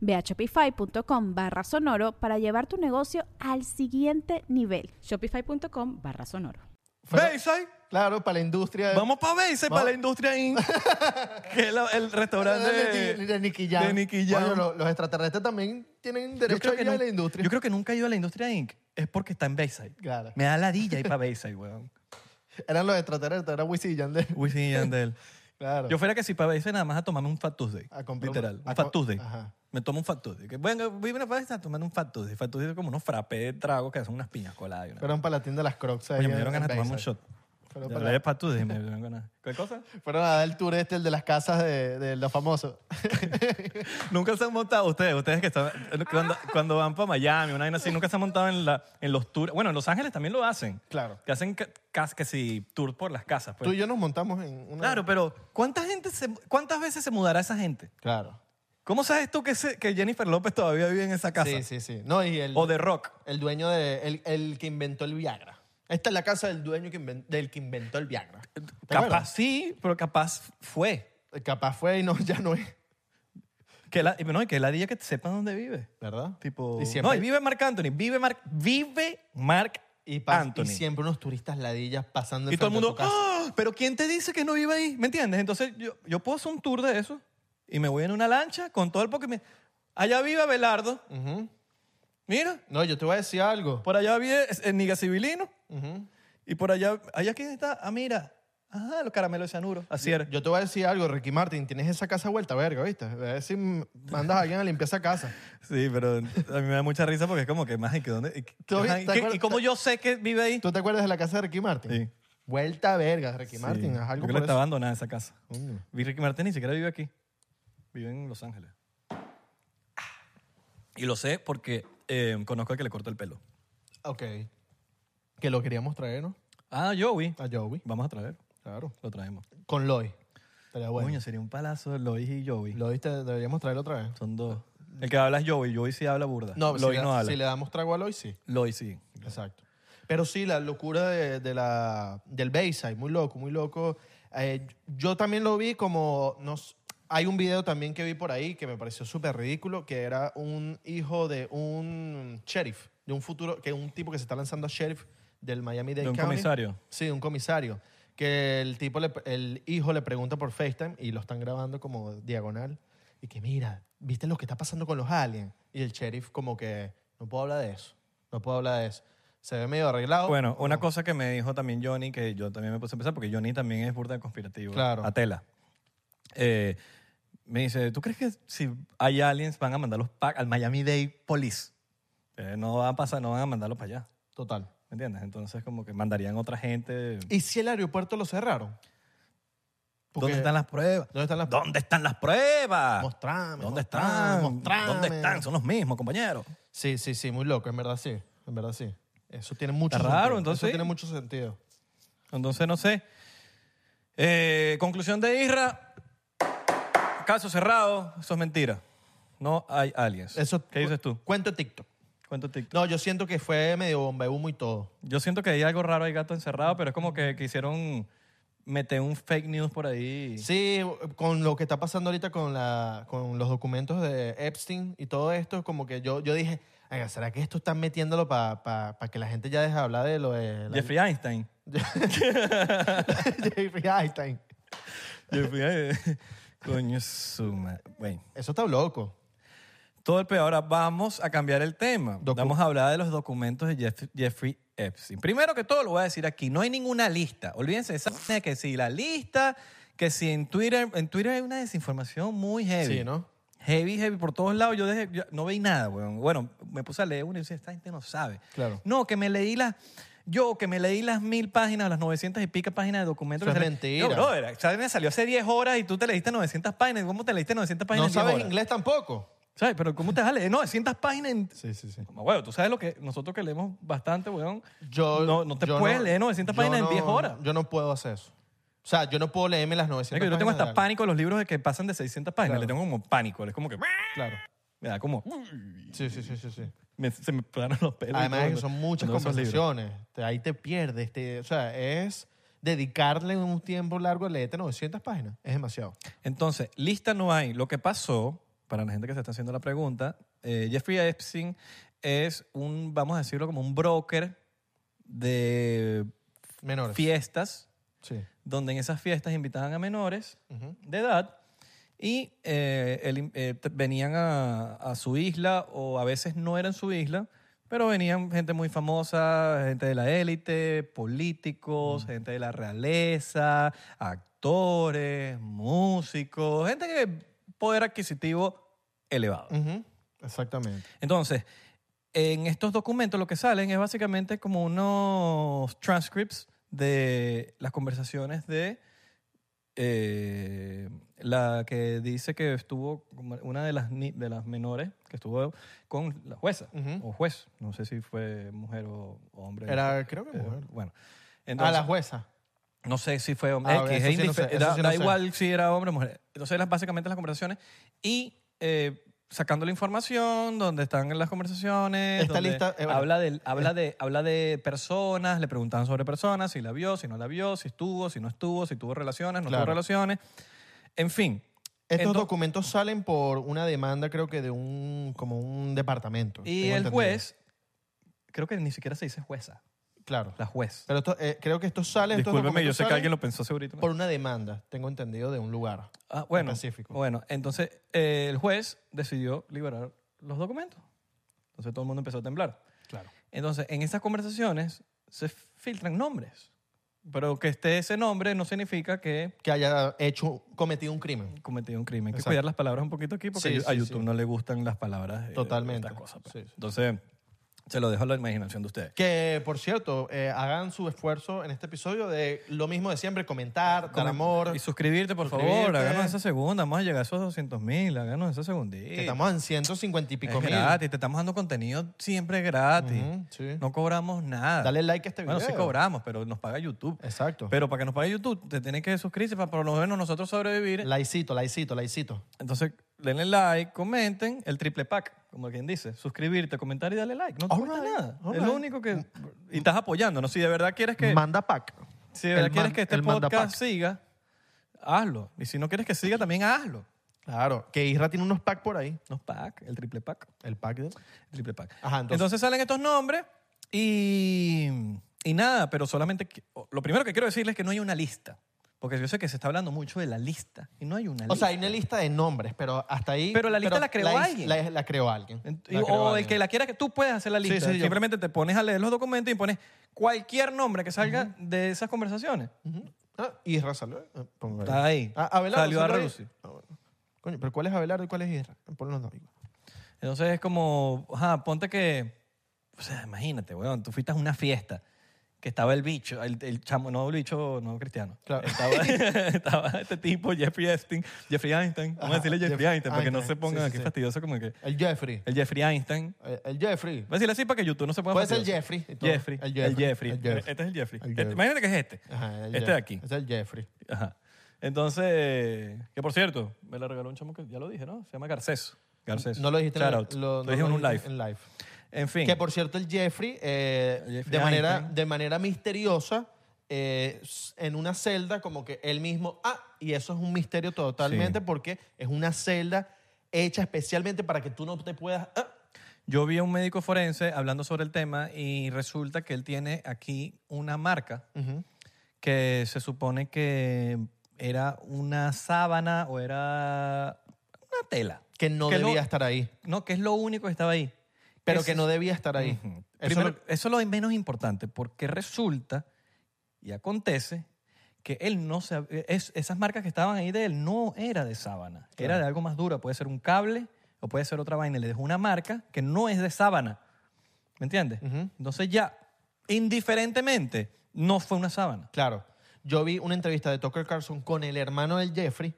Speaker 1: Ve a shopify.com barra sonoro para llevar tu negocio al siguiente nivel.
Speaker 2: Shopify.com barra sonoro.
Speaker 3: fueron-
Speaker 4: ¿Bayside?
Speaker 3: Claro, para la industria.
Speaker 4: Vamos para Bayside,
Speaker 3: Vamos.
Speaker 4: para la industria Inc. que es la- el restaurante
Speaker 3: de, de, de Nicky Jam.
Speaker 4: de Nicky Jam.
Speaker 3: Coño, lo- los extraterrestres también tienen
Speaker 4: yo,
Speaker 3: derecho
Speaker 4: creo
Speaker 3: a
Speaker 4: que
Speaker 3: ir a
Speaker 4: nun-
Speaker 3: la industria.
Speaker 4: yo creo que nunca he ido a la industria Inc. Es porque está en Bayside.
Speaker 3: Claro.
Speaker 4: Me da la DJ para Bayside, weón.
Speaker 3: Eran los extraterrestres, era Wisin y Yandel.
Speaker 4: Wisin y Yandel.
Speaker 3: Claro.
Speaker 4: Yo fuera que si para Bayside nada más a tomarme un Fat Tuesday.
Speaker 3: A comprar un-
Speaker 4: literal.
Speaker 3: a
Speaker 4: Un
Speaker 3: co-
Speaker 4: Fat Tuesday.
Speaker 3: Ajá.
Speaker 4: Me tomo un Fat Tuesday. Que, bueno, voy a ir a Bayside tomando un Fat Tuesday. Fat Tuesday es como unos frappés de trago que hacen unas piñas coladas. y una-
Speaker 3: Fueron para la tienda de las Crocs. ahí
Speaker 4: Coño, me
Speaker 3: en-
Speaker 4: dieron ganas de
Speaker 3: en
Speaker 4: tomarme un
Speaker 3: Bayside.
Speaker 4: shot.
Speaker 3: Fueron,
Speaker 4: De
Speaker 3: para-
Speaker 4: verdad, de Fat Tuesday me dieron ganas. ¿Qué cosa?
Speaker 3: fueron a dar el tour este, el de las casas de, de los famosos.
Speaker 4: Pues- Nunca se han montado, ustedes, ustedes que están, eh,
Speaker 3: Ah.
Speaker 4: cuando, cuando van para Miami, una vaina así, nunca se han montado en, la, en los tours. Bueno, en Los Ángeles también lo hacen.
Speaker 3: Claro.
Speaker 4: Que hacen ca- cas- que si tours por las casas. pues.
Speaker 3: Tú y yo nos montamos en una...
Speaker 4: Claro, pero ¿cuánta gente se- ¿cuántas veces se mudará esa gente?
Speaker 3: Claro.
Speaker 4: ¿Cómo sabes tú que, se- que Jennifer López todavía vive en esa casa?
Speaker 3: Sí, sí, sí. No, y el,
Speaker 4: O de rock.
Speaker 3: el dueño de... El, el que inventó el Viagra. Esta es la casa del dueño que inven- del que inventó el Viagra. ¿Te
Speaker 4: Capaz
Speaker 3: acuerdas?
Speaker 4: sí, pero capaz fue.
Speaker 3: Capaz fue y no, ya no es.
Speaker 4: Que la, no, y que la DJ que sepa dónde vive.
Speaker 3: ¿Verdad?
Speaker 4: Tipo,
Speaker 3: Y
Speaker 4: no,
Speaker 3: siempre-
Speaker 4: y vive Marc Anthony, vive Marc, vive Marc
Speaker 3: Y, pas-
Speaker 4: Anthony.
Speaker 3: y siempre unos turistas ladillas pasando
Speaker 4: Y todo el
Speaker 3: enfrente de
Speaker 4: mundo,
Speaker 3: tu casa.
Speaker 4: "Ah, pero ¿quién te dice que no vive ahí? ¿Me entiendes? Entonces yo, yo puedo hacer un tour de eso y me voy en una lancha con todo el porque me... Allá vive Abelardo.
Speaker 3: Ujú.
Speaker 4: Mira,
Speaker 3: No, yo te voy a decir algo.
Speaker 4: por allá vive eh, Niga Civilino.
Speaker 3: Ujú.
Speaker 4: Y por allá, allá quién está? Ah, mira. Ajá, los caramelos de cianuro. Así era.
Speaker 3: Yo te voy a decir algo, Ricky Martin, tienes esa casa vuelta, verga, ¿viste? A ver si mandas a alguien a limpiar esa casa.
Speaker 4: Sí, pero a mí me da mucha risa porque es como que, más ¿y que dónde? y que-
Speaker 3: ¿Tú-
Speaker 4: ajá,
Speaker 3: te
Speaker 4: ¿y qué-
Speaker 3: acuerdas-
Speaker 4: ¿Y cómo yo sé que vive ahí?
Speaker 3: ¿Tú te acuerdas de la casa de Ricky Martin?
Speaker 4: Sí.
Speaker 3: Vuelta verga, Ricky Martin,
Speaker 4: Sí,
Speaker 3: haz algo
Speaker 4: porque
Speaker 3: por
Speaker 4: está
Speaker 3: eso.
Speaker 4: abandonada esa casa.
Speaker 3: Coño.
Speaker 4: Y Ricky Martin ni siquiera vive aquí. Vive en Los Ángeles. Y lo sé porque eh, conozco al que le corta el pelo.
Speaker 3: Ok. Que lo queríamos traer, ¿no?
Speaker 4: Ah, Joey.
Speaker 3: A Joey.
Speaker 4: Vamos a traer.
Speaker 3: Claro.
Speaker 4: Lo traemos.
Speaker 3: Con Loy. Estaría bueno.
Speaker 4: Coño, sería un palazo Lois y Joey.
Speaker 3: Loy te- deberíamos traerlo otra vez.
Speaker 4: Son dos. El que habla es Joey. Joey sí habla burda.
Speaker 3: No, si,
Speaker 4: Lois
Speaker 3: le,
Speaker 4: no habla.
Speaker 3: si le damos trago a Loy, sí.
Speaker 4: Lois sí.
Speaker 3: Exacto. Pero sí, la locura de, de la, del Bayside, muy loco, muy loco. Eh, yo también lo vi como... No, s- hay un video también que vi por ahí que me pareció súper ridículo, que era un hijo de un sheriff, de un futuro, que un tipo que se está lanzando a sheriff del Miami-Dade
Speaker 4: De un
Speaker 3: County.
Speaker 4: comisario.
Speaker 3: Sí, de un comisario. Que el tipo, le- el hijo le pregunta por FaceTime y lo están grabando como diagonal. Y que mira, ¿viste lo que está pasando con los aliens? Y el sheriff como que, no puedo hablar de eso, no puedo hablar de eso. Se ve medio arreglado.
Speaker 4: Bueno,
Speaker 3: ¿o
Speaker 4: una
Speaker 3: no?
Speaker 4: cosa que me dijo también Johnny, que yo también me puse a pensar, porque Johnny también es burda conspirativo.
Speaker 3: Claro.
Speaker 4: A tela. Eh, me dice, ¿tú crees que si hay aliens van a mandar los packs al Miami Dade Police? Eh, no, van a pasar, no van a mandarlos para allá.
Speaker 3: Total.
Speaker 4: ¿Me entiendes? Entonces como que mandarían otra gente.
Speaker 3: ¿Y si el aeropuerto lo cerraron? Porque-
Speaker 4: ¿Dónde están las pruebas?
Speaker 3: ¿Dónde están las
Speaker 4: ¿Dónde están las pruebas?
Speaker 3: Mostrame,
Speaker 4: ¿Dónde
Speaker 3: mostrame,
Speaker 4: están?
Speaker 3: mostrame.
Speaker 4: ¿Dónde están? Son los mismos, compañeros.
Speaker 3: Sí, sí, sí, muy loco, en verdad sí, en verdad sí. Eso tiene mucho
Speaker 4: Está raro,
Speaker 3: sentido,
Speaker 4: entonces,
Speaker 3: Eso
Speaker 4: sí.
Speaker 3: tiene mucho sentido.
Speaker 4: Entonces, no sé. Eh, conclusión de Isra. Caso cerrado. Eso es mentira. No hay aliens.
Speaker 3: Eso,
Speaker 4: ¿Qué dices tú?
Speaker 3: Cuento TikTok.
Speaker 4: Cuento TikTok.
Speaker 3: No, yo siento que fue medio bomba de humo y todo.
Speaker 4: Yo siento que hay algo raro, hay gato encerrado, pero es como que quisieron meter un fake news por ahí.
Speaker 3: Sí, con lo que está pasando ahorita con, la, con los documentos de Epstein y todo esto, como que yo, yo dije, "Venga, ¿será que esto están metiéndolo para que la gente ya deje de hablar de lo de... la-
Speaker 4: Jeffrey Einstein.
Speaker 3: Jeffrey Einstein.
Speaker 4: Jeffrey Einstein. Coño, suma. Bueno.
Speaker 3: Eso está loco.
Speaker 4: Todo el peor. Ahora vamos a cambiar el tema.
Speaker 3: Docu-
Speaker 4: vamos a hablar de los documentos de Jeff- Jeffrey Epstein. Primero que todo, lo voy a decir aquí. No hay ninguna lista. Olvídense de esa vaina de que si la lista, que si en Twitter... En Twitter hay una desinformación muy heavy.
Speaker 3: Sí, ¿no?
Speaker 4: Heavy, heavy. Por todos lados. Yo, dejé- yo no veí nada, weón. Bueno, me puse a leer uno y decía, esta gente no sabe.
Speaker 3: Claro.
Speaker 4: No, que me leí las... Yo que me leí las mil páginas, las 900 y pica páginas de documentos.
Speaker 3: Eso
Speaker 4: que
Speaker 3: es
Speaker 4: salen-
Speaker 3: mentira.
Speaker 4: Yo, brother, esa vaina salió hace 10 horas y tú te leíste 900 páginas. ¿Cómo te leíste 900
Speaker 3: No
Speaker 4: páginas en 10
Speaker 3: sabes
Speaker 4: horas?
Speaker 3: inglés tampoco.
Speaker 4: ¿Sabes? Pero ¿cómo te vas a leer 900 páginas en...
Speaker 3: Sí, sí, sí.
Speaker 4: Como, Bueno, tú sabes lo que nosotros que leemos bastante, weón.
Speaker 3: Yo,
Speaker 4: No, no te
Speaker 3: yo
Speaker 4: puedes leer 900 páginas
Speaker 3: yo
Speaker 4: en 10
Speaker 3: no-
Speaker 4: horas.
Speaker 3: Yo no puedo hacer eso. O sea, yo no puedo leerme las 900
Speaker 4: Es que yo tengo
Speaker 3: páginas
Speaker 4: hasta
Speaker 3: de algo.
Speaker 4: pánico a los libros de que pasan de 600 páginas.
Speaker 3: Claro.
Speaker 4: Le tengo como pánico. Es como que...
Speaker 3: Claro.
Speaker 4: Me da como...
Speaker 3: Sí, sí, sí, sí, sí.
Speaker 4: me- se me paran los pelos. y
Speaker 3: Además
Speaker 4: todo.
Speaker 3: es que son muchas
Speaker 4: Cuando veo esos libros.
Speaker 3: conversaciones. Te- Ahí te pierdes. te- o sea, es dedicarle un tiempo largo a leerte 900 páginas. Es demasiado.
Speaker 4: Entonces, lista no hay. Lo que pasó, para la gente que se está haciendo la pregunta, eh, Jeffrey Epstein es un, vamos a decirlo, como un broker de
Speaker 3: Menores.
Speaker 4: fiestas,
Speaker 3: Sí.
Speaker 4: donde en esas fiestas invitaban a menores
Speaker 3: Ujú.
Speaker 4: de edad y eh, él, eh, t- venían a, a su isla o a veces no eran su isla, pero venían gente muy famosa, gente de la élite, políticos, gente de la realeza, actores, músicos, gente de poder adquisitivo elevado.
Speaker 3: Ujú. Exactamente.
Speaker 4: Entonces, en estos documentos lo que salen es básicamente como unos transcripts de las conversaciones de eh, la que dice que estuvo como una de las, ni- de las menores que estuvo con la jueza
Speaker 3: Ujú.
Speaker 4: o juez. No sé si fue mujer o o hombre.
Speaker 3: Era, creo que
Speaker 4: Eh,
Speaker 3: mujer.
Speaker 4: Bueno.
Speaker 3: a
Speaker 4: Entonces,
Speaker 3: la jueza.
Speaker 4: no sé si fue hombre.
Speaker 3: Ah,
Speaker 4: X,
Speaker 3: eso
Speaker 4: es
Speaker 3: sí no sé,
Speaker 4: indifer-
Speaker 3: eso
Speaker 4: da
Speaker 3: sí no
Speaker 4: da
Speaker 3: sé.
Speaker 4: igual si era hombre o mujer. Entonces, eran básicamente las conversaciones y eh, sacando la información, donde están las conversaciones.
Speaker 3: Esta
Speaker 4: donde
Speaker 3: lista, eh, bueno,
Speaker 4: habla, de, habla, de, habla de personas, le preguntaban sobre personas, si la vio, si no la vio, si estuvo, si no estuvo, si tuvo relaciones, no
Speaker 3: Claro.
Speaker 4: tuvo relaciones. En fin.
Speaker 3: Estos
Speaker 4: Ento-
Speaker 3: documentos salen por una demanda, creo que de un, como un departamento.
Speaker 4: Y
Speaker 3: tengo
Speaker 4: el
Speaker 3: entendido.
Speaker 4: juez, creo que ni siquiera se dice jueza,
Speaker 3: Claro.
Speaker 4: la juez.
Speaker 3: Pero esto, eh, creo que estos salen. estos
Speaker 4: Discúlpeme, yo
Speaker 3: documentos
Speaker 4: sé que
Speaker 3: salen
Speaker 4: alguien lo pensó segurito.
Speaker 3: Por una demanda, tengo entendido, de un lugar.
Speaker 4: Ah, bueno,
Speaker 3: específico.
Speaker 4: bueno, entonces eh, el juez decidió liberar los documentos. Entonces todo el mundo empezó a temblar.
Speaker 3: Claro.
Speaker 4: Entonces en esas conversaciones se filtran nombres Pero que esté ese nombre no significa que
Speaker 3: Que haya hecho, cometido un crimen.
Speaker 4: cometido un crimen. Hay que
Speaker 3: Exacto.
Speaker 4: cuidar las palabras un poquito aquí porque
Speaker 3: Sí,
Speaker 4: a- a
Speaker 3: sí,
Speaker 4: YouTube
Speaker 3: sí.
Speaker 4: no le gustan las palabras. eh,
Speaker 3: Totalmente.
Speaker 4: estas cosas, pues.
Speaker 3: Sí, sí.
Speaker 4: Entonces, se lo dejo a la imaginación de ustedes.
Speaker 3: Que, por cierto, eh, hagan su esfuerzo en este episodio de lo mismo de siempre, comentar, dar amor.
Speaker 4: Y suscribirte, por favor.
Speaker 3: Suscribirte.
Speaker 4: Háganos esa segunda. Vamos a llegar a esos 200 mil. Háganos esa segundita.
Speaker 3: Que estamos en 150 y pico
Speaker 4: es
Speaker 3: mil.
Speaker 4: gratis. Te estamos dando contenido siempre gratis.
Speaker 3: Ujú, sí.
Speaker 4: No cobramos nada.
Speaker 3: Dale like a este
Speaker 4: Bueno, sí
Speaker 3: video.
Speaker 4: cobramos, pero nos paga YouTube.
Speaker 3: Exacto.
Speaker 4: Pero para que nos pague YouTube, te tienes que suscribirse para por lo menos nosotros sobrevivir.
Speaker 3: Laicito, laicito, laicito.
Speaker 4: Entonces, denle like, comenten, el triple pack, como quien dice, suscribirte, comentar y darle like. No te
Speaker 3: All
Speaker 4: cuesta
Speaker 3: right,
Speaker 4: nada.
Speaker 3: all
Speaker 4: Es lo
Speaker 3: right. Mm.
Speaker 4: único que... Y estás apoyándonos. Si de verdad quieres que...
Speaker 3: Manda pack.
Speaker 4: Si de verdad
Speaker 3: El
Speaker 4: quieres
Speaker 3: man-
Speaker 4: que este
Speaker 3: el manda
Speaker 4: podcast
Speaker 3: pack.
Speaker 4: siga, hazlo. Y si no quieres que siga, también hazlo.
Speaker 3: Claro, que Isra tiene unos pack por ahí.
Speaker 4: Los pack, el triple pack.
Speaker 3: El pack de...
Speaker 4: el triple pack.
Speaker 3: Ajá,
Speaker 4: entonces,
Speaker 3: entonces-
Speaker 4: salen estos nombres y, y nada, pero solamente qui- lo primero que quiero decirles es que no hay una lista. Porque yo sé que se está hablando mucho de la lista y no hay una lista.
Speaker 3: O sea, hay una lista de nombres, pero hasta ahí...
Speaker 4: Pero la lista la creó
Speaker 3: is-
Speaker 4: alguien.
Speaker 3: La, la creó alguien.
Speaker 4: Ent-
Speaker 3: La
Speaker 4: y-
Speaker 3: creó
Speaker 4: o el
Speaker 3: alguien.
Speaker 4: que la quiera que tú puedes hacer la
Speaker 3: Sí,
Speaker 4: lista.
Speaker 3: sí, yo-
Speaker 4: Simplemente te pones a leer los documentos y pones cualquier nombre que salga de esas conversaciones.
Speaker 3: Ujú. Ah, Isra salió. eh, pongo
Speaker 4: Está ahí.
Speaker 3: Ah, Abelardo
Speaker 4: Salió a
Speaker 3: ahí.
Speaker 4: relucir.
Speaker 3: Ah, bueno. Coño, pero ¿cuál es Abelardo y cuál es Isra? Pon los dos.
Speaker 4: Entonces es como, ajá, ponte que, o sea, imagínate, weón, tú fuiste a una fiesta que estaba el bicho, el, el chamo, no el bicho, no cristiano.
Speaker 3: Claro.
Speaker 4: Estaba, estaba este tipo, Jeffrey Einstein, Jeffrey Einstein, vamos a
Speaker 3: Ajá,
Speaker 4: decirle Jeffrey
Speaker 3: Jeff-
Speaker 4: Einstein, para que no
Speaker 3: Einstein,
Speaker 4: se pongan
Speaker 3: sí, sí,
Speaker 4: aquí
Speaker 3: sí.
Speaker 4: fastidioso como que,
Speaker 3: El Jeffrey.
Speaker 4: el Jeffrey Einstein.
Speaker 3: El, el Jeffrey.
Speaker 4: Voy a decirle así para que YouTube no se ponga
Speaker 3: Puede ser
Speaker 4: fastidioso.
Speaker 3: Jeffrey y todo.
Speaker 4: Jeffrey.
Speaker 3: El
Speaker 4: El
Speaker 3: Jeffrey,
Speaker 4: Jeffrey.
Speaker 3: el Jeffrey.
Speaker 4: Este es el Jeffrey.
Speaker 3: El
Speaker 4: Este-
Speaker 3: Jeffrey.
Speaker 4: imeffínate que es este.
Speaker 3: Ajá, el
Speaker 4: este de
Speaker 3: Jeff-
Speaker 4: aquí.
Speaker 3: Es el Jeffrey.
Speaker 4: Ajá. Entonces, que por cierto, me la regaló un chamo que ya lo dije, ¿no? Se llama Garcés. Garcés.
Speaker 3: No lo dijiste
Speaker 4: Shout
Speaker 3: en,
Speaker 4: out.
Speaker 3: lo-
Speaker 4: Lo,
Speaker 3: no
Speaker 4: dije en
Speaker 3: lo
Speaker 4: un live.
Speaker 3: dijiste en live.
Speaker 4: En fin.
Speaker 3: Que por cierto, el Jeffrey, eh,
Speaker 4: El Jeffrey
Speaker 3: de, manera,
Speaker 4: Einstein.
Speaker 3: de manera misteriosa, eh, s- en una celda, como que él mismo. Ah, y eso es un misterio totalmente
Speaker 4: Sí.
Speaker 3: porque es una celda hecha especialmente para que tú no te puedas. ah,
Speaker 4: Yo vi a un médico forense hablando sobre el tema y resulta que él tiene aquí una marca
Speaker 3: ujú.
Speaker 4: que se supone que era una sábana o era una tela.
Speaker 3: Que no
Speaker 4: Que no-
Speaker 3: debía estar ahí.
Speaker 4: No, que es lo único que estaba ahí.
Speaker 3: Pero
Speaker 4: Ese
Speaker 3: que no debía estar ahí.
Speaker 4: Ujú.
Speaker 3: Eso
Speaker 4: Primero,
Speaker 3: lo-
Speaker 4: eso es lo menos importante, porque resulta y acontece que él no se, hab- es- esas marcas que estaban ahí de él no era de sábana, era
Speaker 3: Claro.
Speaker 4: de algo más dura, puede ser un cable o puede ser otra vaina, y le dejó una marca que no es de sábana, ¿me entiendes?
Speaker 3: Ujú.
Speaker 4: Entonces ya, indiferentemente, no fue una sábana.
Speaker 3: Claro. Yo vi una entrevista de Tucker Carlson con el hermano del Jeffrey,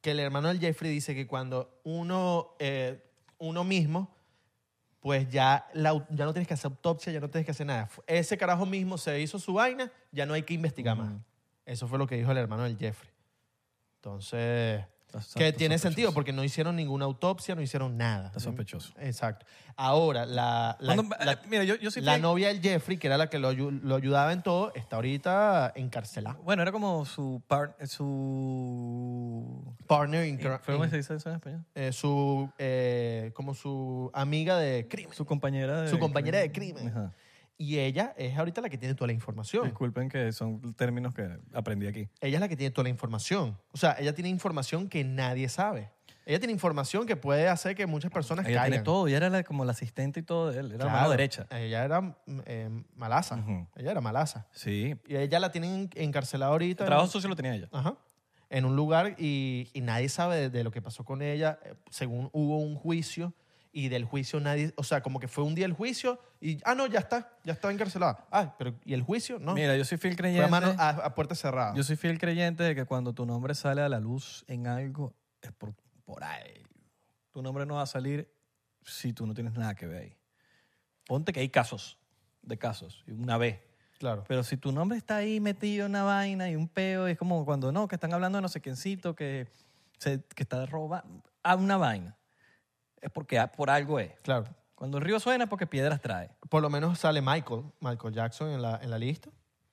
Speaker 3: que el hermano del Jeffrey dice que cuando uno, eh, uno mismo, pues ya, la au- ya no tienes que hacer autopsia, ya no tienes que hacer nada. Fu- Ese carajo mismo se hizo su vaina, ya no hay que investigar más. Eso fue lo que dijo el hermano del Jeffrey. Entonces,
Speaker 4: Está-
Speaker 3: que
Speaker 4: está
Speaker 3: tiene
Speaker 4: sospechoso.
Speaker 3: sentido porque no hicieron ninguna autopsia, no hicieron nada.
Speaker 4: Está sospechoso.
Speaker 3: Exacto. Ahora, la, la-
Speaker 4: Cuando-
Speaker 3: la-
Speaker 4: eh, mira, yo, yo sí
Speaker 3: la
Speaker 4: fui-
Speaker 3: novia del Jeffrey, que era la que lo, ayu- lo ayudaba en todo, está ahorita encarcelada.
Speaker 4: Bueno, era como su... par- su
Speaker 3: Partner in cri-
Speaker 4: ¿Fue cómo
Speaker 3: in-
Speaker 4: se dice eso en español?
Speaker 3: eh, su, eh, como su amiga de crimen.
Speaker 4: Su compañera de
Speaker 3: Su compañera de crimen.
Speaker 4: Ajá.
Speaker 3: Y ella es ahorita la que tiene toda la información.
Speaker 4: Disculpen que son términos que aprendí aquí.
Speaker 3: Ella es la que tiene toda la información. O sea, ella tiene información que nadie sabe. Ella tiene información que puede hacer que muchas personas
Speaker 4: Ella
Speaker 3: caigan.
Speaker 4: tiene todo, ella era la- como la asistente y todo de él, era la
Speaker 3: Claro.
Speaker 4: mano derecha.
Speaker 3: Ella era mm, eh, malaza.
Speaker 4: Ujú.
Speaker 3: Ella era malaza.
Speaker 4: Sí,
Speaker 3: Y ella la tienen encarcelada ahorita. en
Speaker 4: el Este trabajo
Speaker 3: un-
Speaker 4: sucio lo tenía ella.
Speaker 3: Ajá. En un lugar y, y nadie sabe de, de lo que pasó con ella. eh, Según hubo un juicio y del juicio nadie, o sea, como que fue un día el juicio y, ah, no, ya está, ya está encarcelada. Ah, pero ¿y el juicio? No.
Speaker 4: Mira, yo soy fiel
Speaker 3: fue
Speaker 4: creyente.
Speaker 3: a, mano, ah. a, a puerta cerrada.
Speaker 4: Yo soy fiel creyente de que cuando tu nombre sale a la luz en algo es por, por ahí. Tu nombre no va a salir si tú no tienes nada que ver ahí. Ponte que hay casos de casos, y una vez.
Speaker 3: claro.
Speaker 4: Pero si tu nombre está ahí metido en una vaina y un peo, es como cuando no, que están hablando de no sé quiéncito, que, se, que está robando. A una vaina. Es porque ah, por algo es.
Speaker 3: Claro.
Speaker 4: Cuando el río suena es porque piedras trae.
Speaker 3: Por lo menos sale Michael, Michael Jackson en la, en la lista.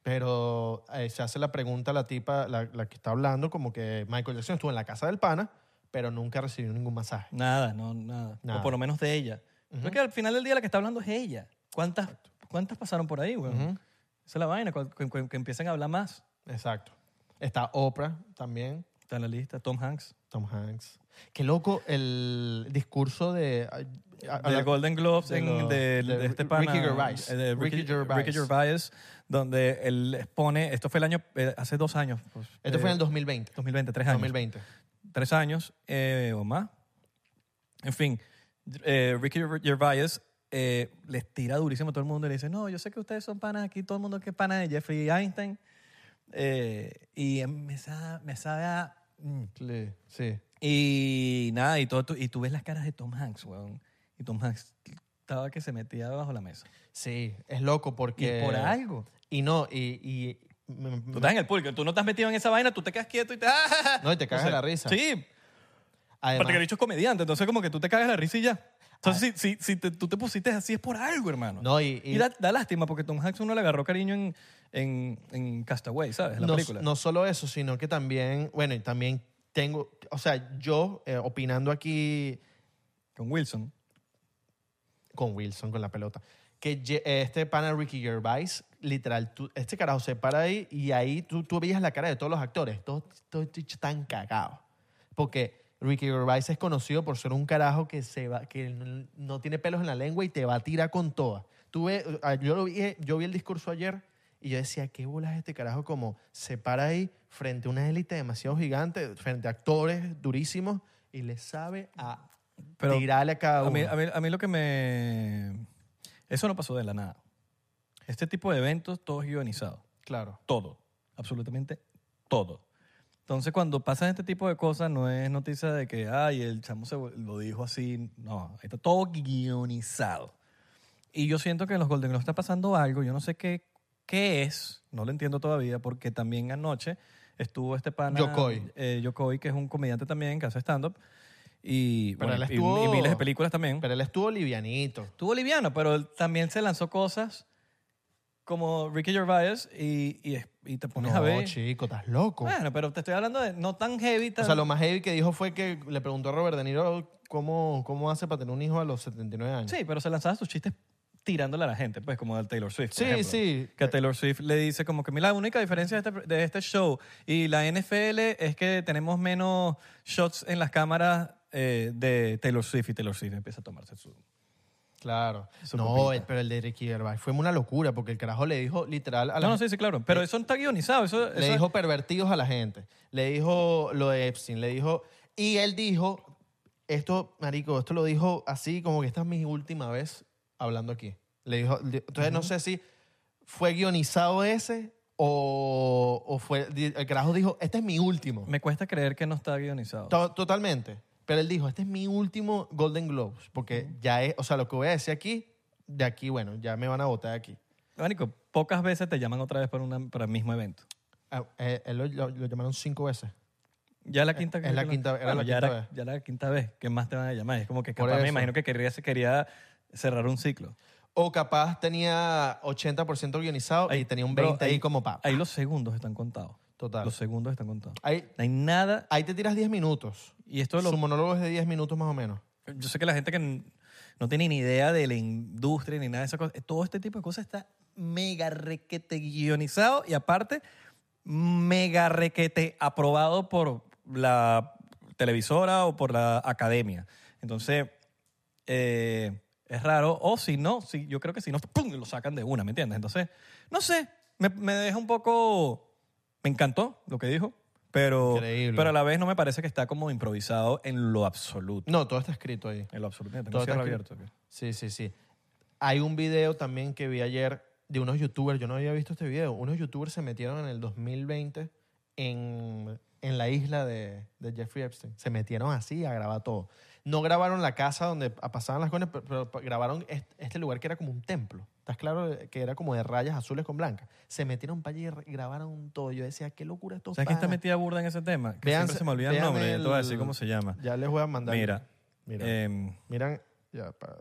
Speaker 3: Pero eh, se hace la pregunta a la tipa, la, la que está hablando, como que Michael Jackson estuvo en la casa del pana, pero nunca recibió ningún masaje.
Speaker 4: Nada, no, nada.
Speaker 3: Nada.
Speaker 4: O por lo menos de ella. Porque al final del día la que está hablando es ella. ¿Cuántas, cuántas pasaron por ahí, güey?
Speaker 3: Ujú.
Speaker 4: Esa es la vaina, cu- cu- cu- que empiecen a hablar más.
Speaker 3: Exacto. Está Oprah también.
Speaker 4: Está en la lista. Tom Hanks.
Speaker 3: Tom Hanks. Qué loco el discurso de... a- a- a
Speaker 4: del
Speaker 3: la-
Speaker 4: Golden Globes
Speaker 3: de
Speaker 4: en-
Speaker 3: lo-
Speaker 4: de,
Speaker 3: de
Speaker 4: de
Speaker 3: Ricky
Speaker 4: este pana,
Speaker 3: Gervais.
Speaker 4: eh, de
Speaker 3: Ricky
Speaker 4: Ricky,
Speaker 3: Gervais.
Speaker 4: Ricky Gervais, donde él expone, esto fue el año, eh, hace dos años. pues,
Speaker 3: Esto
Speaker 4: eh,
Speaker 3: fue en el 2020.
Speaker 4: 2020, tres años.
Speaker 3: 2020.
Speaker 4: Tres años eh, o más. En fin, eh, Ricky Gervais eh, les tira durísimo a todo el mundo y le dice, no, yo sé que ustedes son panas aquí, todo el mundo que es pana de Jeffrey Einstein. Eh, y me sabe, me sabe a... mm,
Speaker 3: Le- Sí.
Speaker 4: y nada, y, todo, tu- y tú ves las caras de Tom Hanks, weón. Y Tom Hanks estaba que se metía bajo la mesa.
Speaker 3: Sí, es loco
Speaker 4: Y
Speaker 3: porque...
Speaker 4: es por algo.
Speaker 3: Y no, y... y me-
Speaker 4: Tú
Speaker 3: me-
Speaker 4: estás en el público, tú no estás metido en esa vaina, tú te quedas quieto y te... ¡ah!
Speaker 3: No, y te cagas de la risa.
Speaker 4: Sí,
Speaker 3: además-
Speaker 4: porque el bicho es comediante, entonces como que tú te cagas de la risa y ya. Entonces, si, si, si te- tú te pusiste así es por algo, hermano.
Speaker 3: No, y- y-
Speaker 4: y da, da lástima porque Tom Hanks uno le agarró cariño en, en, en Castaway, ¿sabes? La
Speaker 3: no,
Speaker 4: película.
Speaker 3: no solo eso, sino que también, bueno, y también tengo, o sea, yo eh, opinando aquí
Speaker 4: Con Wilson.
Speaker 3: con Wilson, con la pelota, que ye- eh, este pana Ricky Gervais, literal, tú- este carajo se para ahí y ahí tú, tú veías la cara de todos los actores, todos, todos están cagados. Porque Ricky Gervais es conocido por ser un carajo que, se va, que no- no tiene pelos en la lengua y te va a tirar con todas. Tú ve- a- yo, lo vi, yo vi el discurso ayer y yo decía, ¿qué bolas este carajo? Como se para ahí frente a una élite demasiado gigante, frente a actores durísimos y le sabe a
Speaker 4: Pero
Speaker 3: tirarle a cada uno.
Speaker 4: A mí, a mí- a mí lo que me... Eso no pasó de la nada. Este tipo de eventos, todo es guionizado.
Speaker 3: Claro.
Speaker 4: Todo. Absolutamente todo. Entonces, cuando pasan este tipo de cosas, no es noticia de que, ay, el chamo se vol- lo dijo así. No, ahí está todo guionizado. Y yo siento que en los Golden Globes está pasando algo. Yo no sé qué, qué es. No lo entiendo todavía porque también anoche estuvo este pana...
Speaker 3: Yokoi.
Speaker 4: eh, Yokoi, que es un comediante también que hace stand-up. Y,
Speaker 3: Pero
Speaker 4: bueno,
Speaker 3: él
Speaker 4: y- y
Speaker 3: estuvo-
Speaker 4: miles de películas también.
Speaker 3: Pero él estuvo livianito.
Speaker 4: Estuvo liviano, pero él también se lanzó cosas como Ricky Gervais y, y, y te pones a ver. Ah,
Speaker 3: chico, estás loco.
Speaker 4: Bueno, pero te estoy hablando de no tan heavy.
Speaker 3: o
Speaker 4: tan-
Speaker 3: sea, lo más heavy que dijo fue que le preguntó a Robert De Niro cómo, cómo hace para tener un hijo a los 79 años.
Speaker 4: Sí, pero se lanzaba sus chistes tirándole a la gente, pues como al Taylor Swift. por
Speaker 3: Sí,
Speaker 4: ejemplo.
Speaker 3: sí.
Speaker 4: Que a Taylor Swift le dice como que, mira, la única diferencia de este, de este show y la NFL es que tenemos menos shots en las cámaras eh, de Taylor Swift y Taylor Swift empieza a tomarse su...
Speaker 3: Claro.
Speaker 4: Su
Speaker 3: no,
Speaker 4: copita.
Speaker 3: el- pero el de Ricky Gervais fue una locura porque el carajo le dijo literal a la
Speaker 4: No, no,
Speaker 3: gente-
Speaker 4: sí, sí, claro. Pero eso no está guionizado. Eso,
Speaker 3: Le
Speaker 4: eso-
Speaker 3: dijo pervertidos a la gente. Le dijo lo de Epstein. Le dijo... Y él dijo... Esto, marico, esto lo dijo así como que esta es mi última vez hablando aquí. Le dijo... Entonces no sé si fue guionizado ese o, o fue... El carajo dijo, este es mi último.
Speaker 4: Me cuesta creer que no está guionizado.
Speaker 3: To- totalmente. Pero él dijo, este es mi último Golden Globes, porque ya es, o sea, lo que voy a decir aquí, de aquí, bueno, ya me van a votar de aquí.
Speaker 4: Marico, pocas veces te llaman otra vez para, una, para el mismo evento.
Speaker 3: Ah, eh, él lo, lo- lo llamaron cinco veces.
Speaker 4: Ya la quinta
Speaker 3: Eh, Es la
Speaker 4: que-
Speaker 3: quinta- era la
Speaker 4: ya
Speaker 3: quinta
Speaker 4: era-
Speaker 3: vez.
Speaker 4: Ya la quinta vez. ¿Qué más te van a llamar? Es como que
Speaker 3: Por
Speaker 4: capaz
Speaker 3: eso.
Speaker 4: me imagino que quería, se quería cerrar un ciclo.
Speaker 3: O capaz tenía 80% guionizado y
Speaker 4: Ahí-
Speaker 3: tenía un 20%
Speaker 4: bro,
Speaker 3: ahí,
Speaker 4: ahí-
Speaker 3: como pa.
Speaker 4: Ahí los segundos están contados.
Speaker 3: Total.
Speaker 4: Los segundos están contados.
Speaker 3: Ahí,
Speaker 4: No hay nada.
Speaker 3: ahí te tiras 10 minutos.
Speaker 4: Y esto lo,
Speaker 3: Su monólogo es de 10 minutos más o menos.
Speaker 4: yo sé que la gente que n- no tiene ni idea de la industria ni nada de esas cosas, todo este tipo de cosas está mega requete guionizado y aparte mega requete aprobado por la televisora o por la academia. Entonces, eh, es raro. O si no, si, yo creo que si no, ¡pum! lo sacan de una, ¿me entiendes? Entonces, no sé, me, me deja un poco... Me encantó lo que dijo, pero,
Speaker 3: Increíble.
Speaker 4: pero a la vez no me parece que está como improvisado en lo absoluto.
Speaker 3: No, todo está escrito ahí.
Speaker 4: En lo absoluto. Tengo
Speaker 3: Todo
Speaker 4: cierre
Speaker 3: está
Speaker 4: abierto. ok.
Speaker 3: Sí, sí, sí. Hay un video también que vi ayer de unos youtubers, yo no había visto este video, unos youtubers se metieron en el 2020 en, en la isla de, de Jeffrey Epstein. Se metieron así a grabar todo. No grabaron la casa donde pa- pasaban las cosas, pero, pero pa- grabaron est- este lugar que era como un templo. ¿Estás claro? De- Que era como de rayas azules con blancas. Se metieron para allí y grabaron todo. Yo decía, qué locura esto.
Speaker 4: ¿Sabes quién está metida burda en ese tema? Que
Speaker 3: Vean-
Speaker 4: siempre se me olvida el
Speaker 3: vean
Speaker 4: nombre. Yo te voy a decir
Speaker 3: el-
Speaker 4: cómo se llama.
Speaker 3: Ya les voy a mandar.
Speaker 4: Mira.
Speaker 3: Mira.
Speaker 4: em,
Speaker 3: Miran. ya, pa-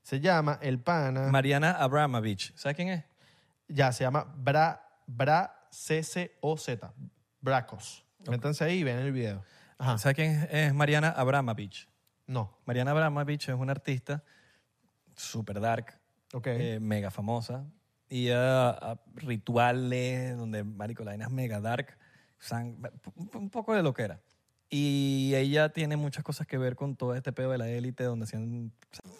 Speaker 3: Se llama El Pana.
Speaker 4: Mariana Abramovich. ¿Sabes quién es?
Speaker 3: Ya, se llama Bra, Bra C-C-O-Z. Bracos. Métanse ahí y ven el video. Ajá.
Speaker 4: ¿Sabes quién es, es Mariana Abramovich?
Speaker 3: No.
Speaker 4: Mariana Abramovich es una artista super dark,
Speaker 3: Ok.
Speaker 4: eh, mega famosa. Y ah, ella a- rituales donde, marico, la vaina es mega dark. sang- un poco de lo que era. Y ella tiene muchas cosas que ver con todo este pedo de la élite donde hacían...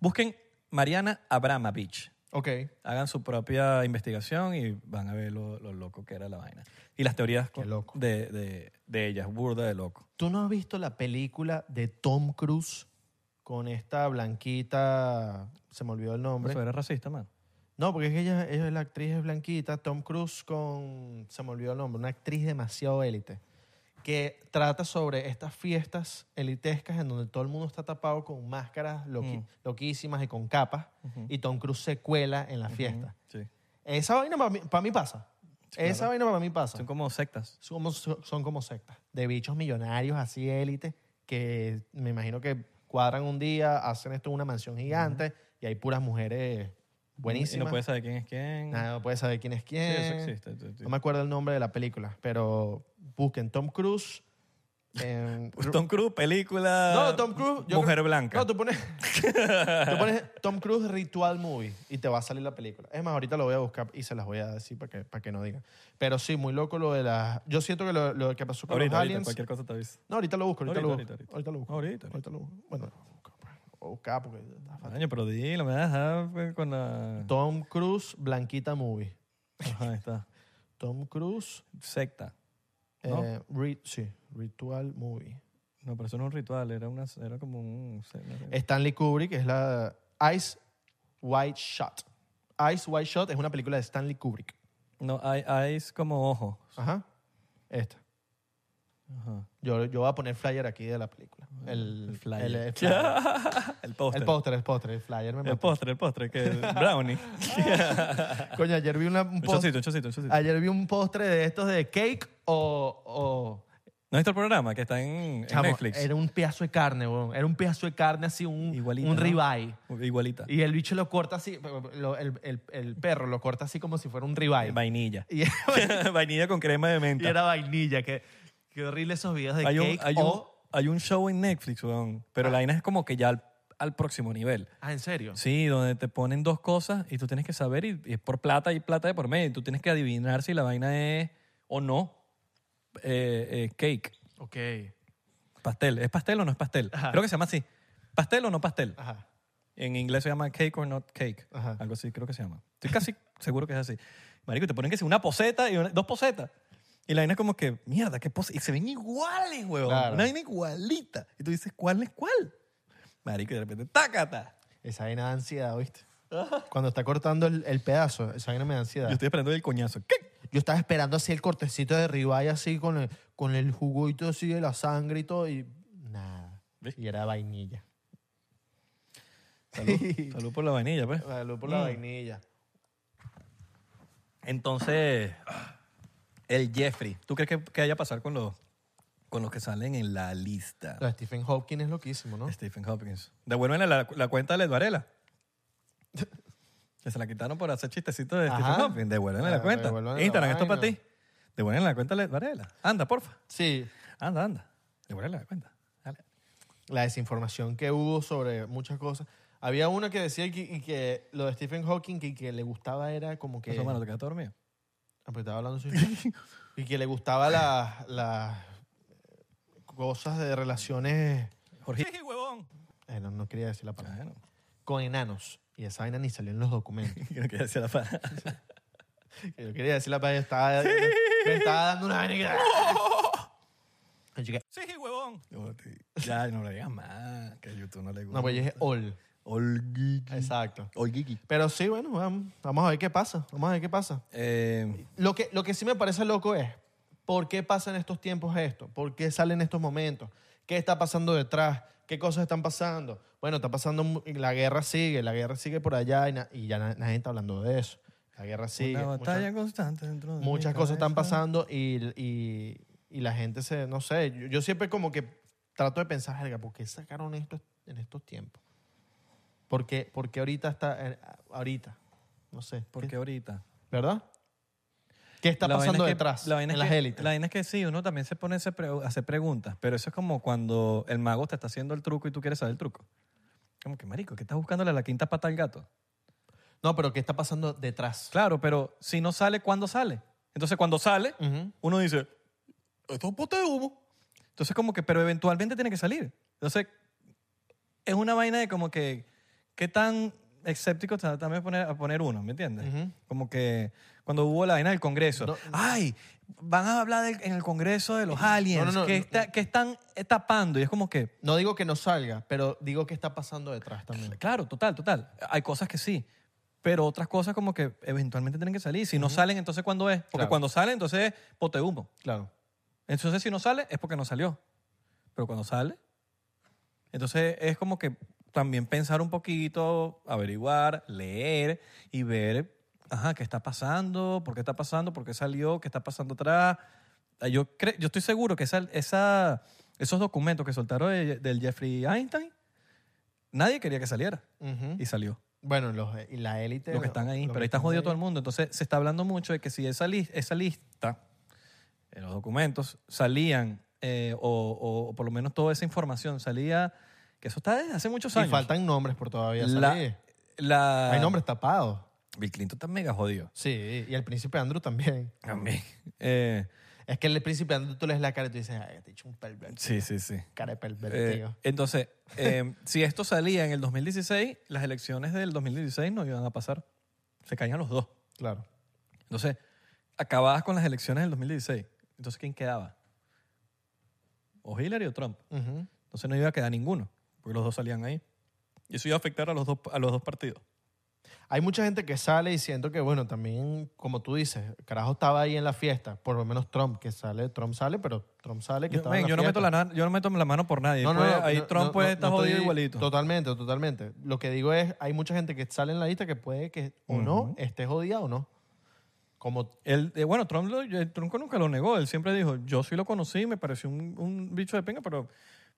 Speaker 4: Busquen Mariana Abramovich.
Speaker 3: Ok.
Speaker 4: Hagan su propia investigación y van a ver lo, lo loco que era la vaina. Y las teorías con-
Speaker 3: loco.
Speaker 4: De, de, de ellas, burda de loco.
Speaker 3: ¿Tú no has visto la película de Tom Cruise con esta blanquita? Se me olvidó el nombre.
Speaker 4: Eso era racista, man.
Speaker 3: No, porque es que ella, ella- la actriz es blanquita. Tom Cruise con, se me olvidó el nombre, una actriz demasiado élite, que trata sobre estas fiestas elitescas en donde todo el mundo está tapado con máscaras loqui-
Speaker 4: Mm.
Speaker 3: loquísimas y con capas, y Tom Cruise se cuela en la fiesta.
Speaker 4: Sí.
Speaker 3: Esa vaina para mí, pa' mí pasa. Esa vaina para mí pasa.
Speaker 4: Son como sectas.
Speaker 3: Son como, son como sectas de bichos millonarios así élite que me imagino que cuadran un día, hacen esto en una mansión gigante y hay puras mujeres
Speaker 4: Y
Speaker 3: buenísimas.
Speaker 4: no puedes saber quién es quién.
Speaker 3: Nada, Ah, no puedes saber quién es
Speaker 4: Sí,
Speaker 3: quién.
Speaker 4: eso existe. Sí, sí.
Speaker 3: No me acuerdo el nombre de la película, pero busquen Tom Cruise. em,
Speaker 4: Tom Cruise, película.
Speaker 3: no, Tom Cruise. yo
Speaker 4: Mujer
Speaker 3: creo-
Speaker 4: blanca.
Speaker 3: No, tú pones, tú pones Tom Cruise Ritual Movie y te va a salir la película. Es más, ahorita lo voy a buscar y se las voy a decir para que, para que no digan. Pero sí, muy loco lo de las. Yo siento que lo, lo que pasó con
Speaker 4: ahorita,
Speaker 3: los
Speaker 4: ahorita,
Speaker 3: aliens.
Speaker 4: cualquier cosa te aviso.
Speaker 3: No, ahorita lo busco, ahorita, lo busco.
Speaker 4: Ahorita,
Speaker 3: Ahorita,
Speaker 4: ahorita,
Speaker 3: lo busco.
Speaker 4: Ahorita, ahorita.
Speaker 3: Ahorita lo busco. Bueno, lo busco, pues. Lo voy a buscar porque está fatal.
Speaker 4: Coño, pero dilo, me vas a dejar pues, con la.
Speaker 3: Tom Cruise Blanquita Movie.
Speaker 4: Ajá, ahí está.
Speaker 3: Tom Cruise.
Speaker 4: Secta. ¿No?
Speaker 3: eh, ri- sí, Ritual Movie.
Speaker 4: No, pero eso no es un ritual, era, una, era como un. una-
Speaker 3: Stanley Kubrick es la Ice White Shot. Ice White Shot es una película de Stanley Kubrick.
Speaker 4: No, hay, hay como ojos.
Speaker 3: Ajá. Esta.
Speaker 4: Ajá.
Speaker 3: Yo, yo voy a poner flyer aquí de la película. El,
Speaker 4: El flyer.
Speaker 3: El, el flyer.
Speaker 4: El
Speaker 3: Ah, El
Speaker 4: póster.
Speaker 3: póster, el póster, el flyer. Me
Speaker 4: El
Speaker 3: mató.
Speaker 4: postre, el postre, que el brownie.
Speaker 3: Coño, ayer vi una- un
Speaker 4: un
Speaker 3: póster.
Speaker 4: chocito, un chocito, un chocito.
Speaker 3: Ayer vi un postre de estos de cake o. o
Speaker 4: ¿No has visto el programa que está en, en
Speaker 3: chamo,
Speaker 4: Netflix?
Speaker 3: Era un pedazo de carne, weón. Era un pedazo de carne así, un,
Speaker 4: Igualita,
Speaker 3: un
Speaker 4: ¿no?
Speaker 3: ribeye.
Speaker 4: Igualita.
Speaker 3: Y el bicho lo corta así, lo- el, el- el perro lo corta así como si fuera un ribeye.
Speaker 4: Vainilla.
Speaker 3: Y-
Speaker 4: Vainilla con crema de menta.
Speaker 3: Y era vainilla. Qué, qué horrible esos videos de
Speaker 4: hay, un,
Speaker 3: cake.
Speaker 4: hay, un,
Speaker 3: o-
Speaker 4: hay un show en Netflix, weón, pero la vaina es como que ya al, al próximo nivel.
Speaker 3: Ah, ¿en serio?
Speaker 4: Sí, donde te ponen dos cosas y tú tienes que saber, y, y es por plata y plata de por medio. y Tú tienes que adivinar si la vaina es o no eh, eh, cake,
Speaker 3: Ok.
Speaker 4: pastel. ¿Es pastel o no es pastel?
Speaker 3: Ajá.
Speaker 4: Creo que se llama así. ¿Pastel o no pastel?
Speaker 3: Ajá.
Speaker 4: En inglés se llama cake or not cake.
Speaker 3: Ajá.
Speaker 4: Algo así creo que se llama. Estoy casi seguro que es así. Marico, te ponen que si una poseta y una- dos posetas. Y la vaina es como que, mierda, qué pose. Y se ven iguales, huevón.
Speaker 3: Claro.
Speaker 4: Una vaina igualita. Y tú dices, ¿cuál es cuál? Marico, y de repente, ¡tácata!
Speaker 3: Esa vaina da ansiedad, ¿viste? Cuando está cortando el, el pedazo, esa vaina me da ansiedad.
Speaker 4: Yo estoy esperando el coñazo. ¿Qué?
Speaker 3: Yo estaba esperando así el cortecito de ribeye así con el, con el juguito así de la sangre y todo y nada.
Speaker 4: ¿Ves?
Speaker 3: Y era vainilla.
Speaker 4: Salud, salud por la vainilla, pues.
Speaker 3: Salud por la vainilla.
Speaker 4: Entonces, el Jeffrey. ¿Tú crees que, que haya pasar con los, con los que salen en la lista?
Speaker 3: Lo de Stephen Hawking es loquísimo, ¿no?
Speaker 4: Stephen Hopkins. Devuélvele la, la cuenta de Led Varela. que se la quitaron por hacer chistecitos de
Speaker 3: Ajá.
Speaker 4: Stephen Hopkins. Devuélvele
Speaker 3: Ah,
Speaker 4: la cuenta.
Speaker 3: devuélvele la
Speaker 4: Instagram, esto es para
Speaker 3: vaina.
Speaker 4: ti. Devuélvele la cuenta a Led Varela. Anda, porfa.
Speaker 3: Sí.
Speaker 4: Anda, anda. Devuélvele la cuenta. Dale.
Speaker 3: la desinformación que hubo sobre muchas cosas. Había una que decía que, y que lo de Stephen Hawking que, que le gustaba era como
Speaker 4: ¿Qué
Speaker 3: que...
Speaker 4: pasó, mano? ¿Te quedaste dormido?
Speaker 3: Ah, pero estaba hablando así. y que le gustaba las las cosas de relaciones...
Speaker 4: Jorge. ¡Sí, huevón!
Speaker 3: eh, no, no quería decir la palabra.
Speaker 4: Bueno,
Speaker 3: Con enanos. Y esa vaina ni salió en los documentos.
Speaker 4: creo que ya se la para.
Speaker 3: Que Yo quería decir la palabra, estaba, me estaba dando una vaina y... Yo dije,
Speaker 4: ¡Sí, huevón! Ya, no le digas más. Que a YouTube no le gusta.
Speaker 3: No, pues yo dije all.
Speaker 4: Olguiki.
Speaker 3: Exacto.
Speaker 4: Olguiki.
Speaker 3: Pero sí, bueno, vamos, vamos a ver qué pasa. Vamos a ver qué pasa.
Speaker 4: Eh,
Speaker 3: Lo que, lo que sí me parece loco es, ¿por qué pasan estos tiempos esto? ¿Por qué salen estos momentos? ¿Qué está pasando detrás? ¿Qué cosas están pasando? Bueno, está pasando, mu- la guerra sigue, la guerra sigue por allá y, na- y ya na- nadie está hablando de eso. La guerra sigue.
Speaker 4: una batalla
Speaker 3: muchas-
Speaker 4: constante dentro de mi
Speaker 3: muchas cosas están
Speaker 4: cabeza.
Speaker 3: pasando y, y- y la gente se, no sé, yo, yo siempre como que trato de pensar, "Jerga, ¿por qué sacaron esto en estos tiempos? ¿Por qué, por qué ahorita está, eh, ahorita? No sé.
Speaker 4: ¿Por qué ahorita?
Speaker 3: ¿Verdad? ¿Qué está
Speaker 4: La vaina
Speaker 3: pasando
Speaker 4: es que-
Speaker 3: detrás?
Speaker 4: la vaina es
Speaker 3: en las
Speaker 4: que-
Speaker 3: élites.
Speaker 4: La vaina es que sí, uno también se pone a hacer pre- a hacer preguntas, pero eso es como cuando el mago te está haciendo el truco y tú quieres saber el truco. Como que, marico, ¿qué estás buscándole la quinta pata al gato?
Speaker 3: No, pero ¿qué está pasando detrás?
Speaker 4: Claro, pero si no sale, ¿cuándo sale? Entonces, cuando sale,
Speaker 3: Ujú.
Speaker 4: uno dice, esto es un pote de humo. Entonces, como que, pero eventualmente tiene que salir. Entonces, es una vaina de como que, ¿qué tan escéptico ta- también poner, a poner uno? ¿Me entiendes?
Speaker 3: Ujú.
Speaker 4: Como que cuando hubo la vaina del Congreso,
Speaker 3: No. Eh,
Speaker 4: ¡ay! Van a hablar del- en el Congreso de los aliens,
Speaker 3: No, no, no,
Speaker 4: que,
Speaker 3: no.
Speaker 4: está- que están tapando. Y es como que,
Speaker 3: No digo que no salga, pero digo que está pasando detrás también.
Speaker 4: Claro, total, total. Hay cosas que sí, pero otras cosas como que eventualmente tienen que salir. Si no salen, entonces ¿cuándo es? Porque
Speaker 3: Claro.
Speaker 4: cuando salen, entonces es pote humo.
Speaker 3: Claro.
Speaker 4: Entonces si no sale, es porque no salió. Pero cuando sale, entonces es como que también pensar un poquito, averiguar, leer y ver, ajá, qué está pasando, por qué está pasando, por qué salió, qué está pasando atrás. Ah, Yo, cre- yo estoy seguro que esa, esa- esos documentos que soltaron de- del Jeffrey Einstein, nadie quería que saliera
Speaker 3: Ujú.
Speaker 4: y salió.
Speaker 3: Bueno, los, eh, y la élite.
Speaker 4: Los que están ahí,
Speaker 3: los
Speaker 4: pero
Speaker 3: que
Speaker 4: ahí está
Speaker 3: están
Speaker 4: jodido
Speaker 3: ahí.
Speaker 4: todo el mundo. Entonces se está hablando mucho de que si esa, lis- esa lista, en los documentos, salían, eh, o, o- o por lo menos toda esa información salía, que eso está desde hace muchos años.
Speaker 3: Y faltan nombres por todavía
Speaker 4: La-
Speaker 3: salir.
Speaker 4: la-
Speaker 3: Hay nombres tapados.
Speaker 4: Bill Clinton está mega jodido.
Speaker 3: Sí, y el príncipe Andrew también.
Speaker 4: También. Eh,
Speaker 3: Es que el príncipe Andrew tú lees la cara y tú dices, ay, te he hecho un pervertido.
Speaker 4: sí, sí, sí.
Speaker 3: Cara de
Speaker 4: Eh,
Speaker 3: pervertido.
Speaker 4: entonces, eh, si esto salía en el 2016, las elecciones del 2016 no iban a pasar. Se caían los dos.
Speaker 3: claro.
Speaker 4: Entonces, acababas con las elecciones del 2016. Entonces, ¿quién quedaba? ¿O Hillary o Trump?
Speaker 3: Ujú.
Speaker 4: Entonces no iba a quedar ninguno, porque los dos salían ahí. Y eso iba a afectar a los dos, a los dos partidos.
Speaker 3: Hay mucha gente que sale y siento que, bueno, también, como tú dices, carajo estaba ahí en la fiesta. Por lo menos Trump, que sale, Trump sale, pero Trump sale que
Speaker 4: Yo,
Speaker 3: estaba
Speaker 4: ven,
Speaker 3: en la
Speaker 4: yo no meto
Speaker 3: fiesta.
Speaker 4: la, na- yo no meto la mano por nadie.
Speaker 3: No, no,
Speaker 4: Puede-
Speaker 3: no,
Speaker 4: ahí
Speaker 3: no,
Speaker 4: Trump
Speaker 3: no,
Speaker 4: puede
Speaker 3: no,
Speaker 4: estar
Speaker 3: no estoy-
Speaker 4: jodido igualito.
Speaker 3: Totalmente, totalmente. Lo que digo es, hay mucha gente que sale en la lista que puede que o no esté jodida o no. Como
Speaker 4: Él, eh, bueno, Trump, lo- eh, Trump nunca lo negó. Él siempre dijo, yo sí lo conocí, me pareció un, un bicho de pinga, pero,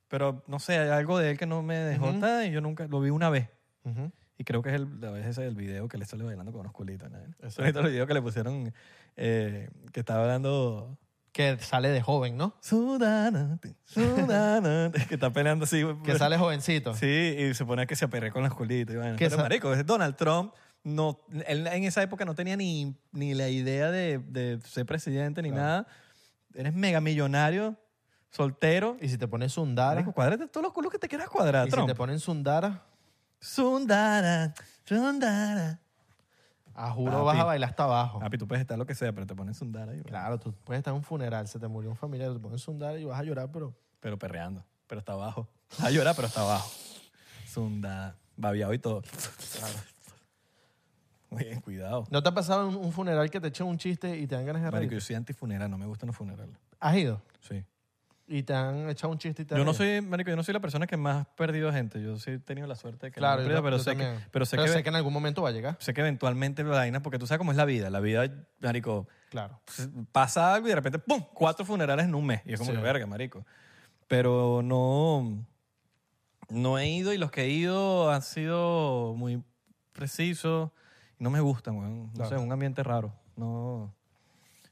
Speaker 4: pero no sé, hay algo de él que no me dejó
Speaker 3: Ujú.
Speaker 4: nada y yo nunca lo vi una vez.
Speaker 3: ujú,
Speaker 4: Y creo que es el, la vez ese del video que le sale bailando con unos culitos. ¿no?
Speaker 3: Exacto.
Speaker 4: Ahorita el video que le pusieron eh, que estaba hablando
Speaker 3: que sale de joven, ¿no?
Speaker 4: Sudana, ti, Sudana, ti, que está peleando así. pues,
Speaker 3: Que sale jovencito.
Speaker 4: Sí, y se pone a que se aperre con las culitas. y vaina.
Speaker 3: Que
Speaker 4: Pero
Speaker 3: sa-
Speaker 4: marico, es Donald Trump. No, él en esa época no tenía ni, ni la idea de, de ser presidente ni
Speaker 3: Claro.
Speaker 4: nada. Eres mega millonario, soltero.
Speaker 3: Y si te pones Sundara,
Speaker 4: Marico, cuádrate todos los culos que te quieras cuadrar,
Speaker 3: y si
Speaker 4: Trump.
Speaker 3: te ponen Sundara,
Speaker 4: Sundara, Sundara.
Speaker 3: a juro
Speaker 4: Papi.
Speaker 3: vas a bailar hasta abajo.
Speaker 4: Papi, tú puedes estar lo que sea, pero te pones Sundara. y-
Speaker 3: Claro, tú puedes estar en un funeral, se te murió un familiar, te ponen Sundara y vas a llorar, pero
Speaker 4: Pero perreando. Pero está abajo. A llorar, pero está abajo. Sundara, babiado y todo. Muy bien, cuidado.
Speaker 3: ¿no te ha pasado en un funeral que te echen un chiste y te dan ganas de reír?
Speaker 4: Marico, yo soy antifuneral, no me gustan los funerales.
Speaker 3: ¿Has ido?
Speaker 4: Sí.
Speaker 3: Y te han echado un chiste y te
Speaker 4: Yo
Speaker 3: han
Speaker 4: no
Speaker 3: reído.
Speaker 4: soy, marico, yo no soy la persona que más ha perdido gente. Yo sí he tenido la suerte de que
Speaker 3: Claro,
Speaker 4: no he
Speaker 3: yo ta-
Speaker 4: perdido, pero,
Speaker 3: yo
Speaker 4: sé que,
Speaker 3: también.
Speaker 4: pero sé
Speaker 3: Pero
Speaker 4: que
Speaker 3: sé que en algún momento va a llegar.
Speaker 4: sé que eventualmente la vaina, porque tú sabes cómo es la vida. La vida, marico,
Speaker 3: Claro.
Speaker 4: pues, pasa algo y de repente, ¡pum! Cuatro funerales en un mes. Y es como
Speaker 3: Sí.
Speaker 4: que verga, marico. Pero no. No he ido y los que he ido han sido muy precisos. No me gustan, weón. No
Speaker 3: Claro.
Speaker 4: sé, es un ambiente raro. No.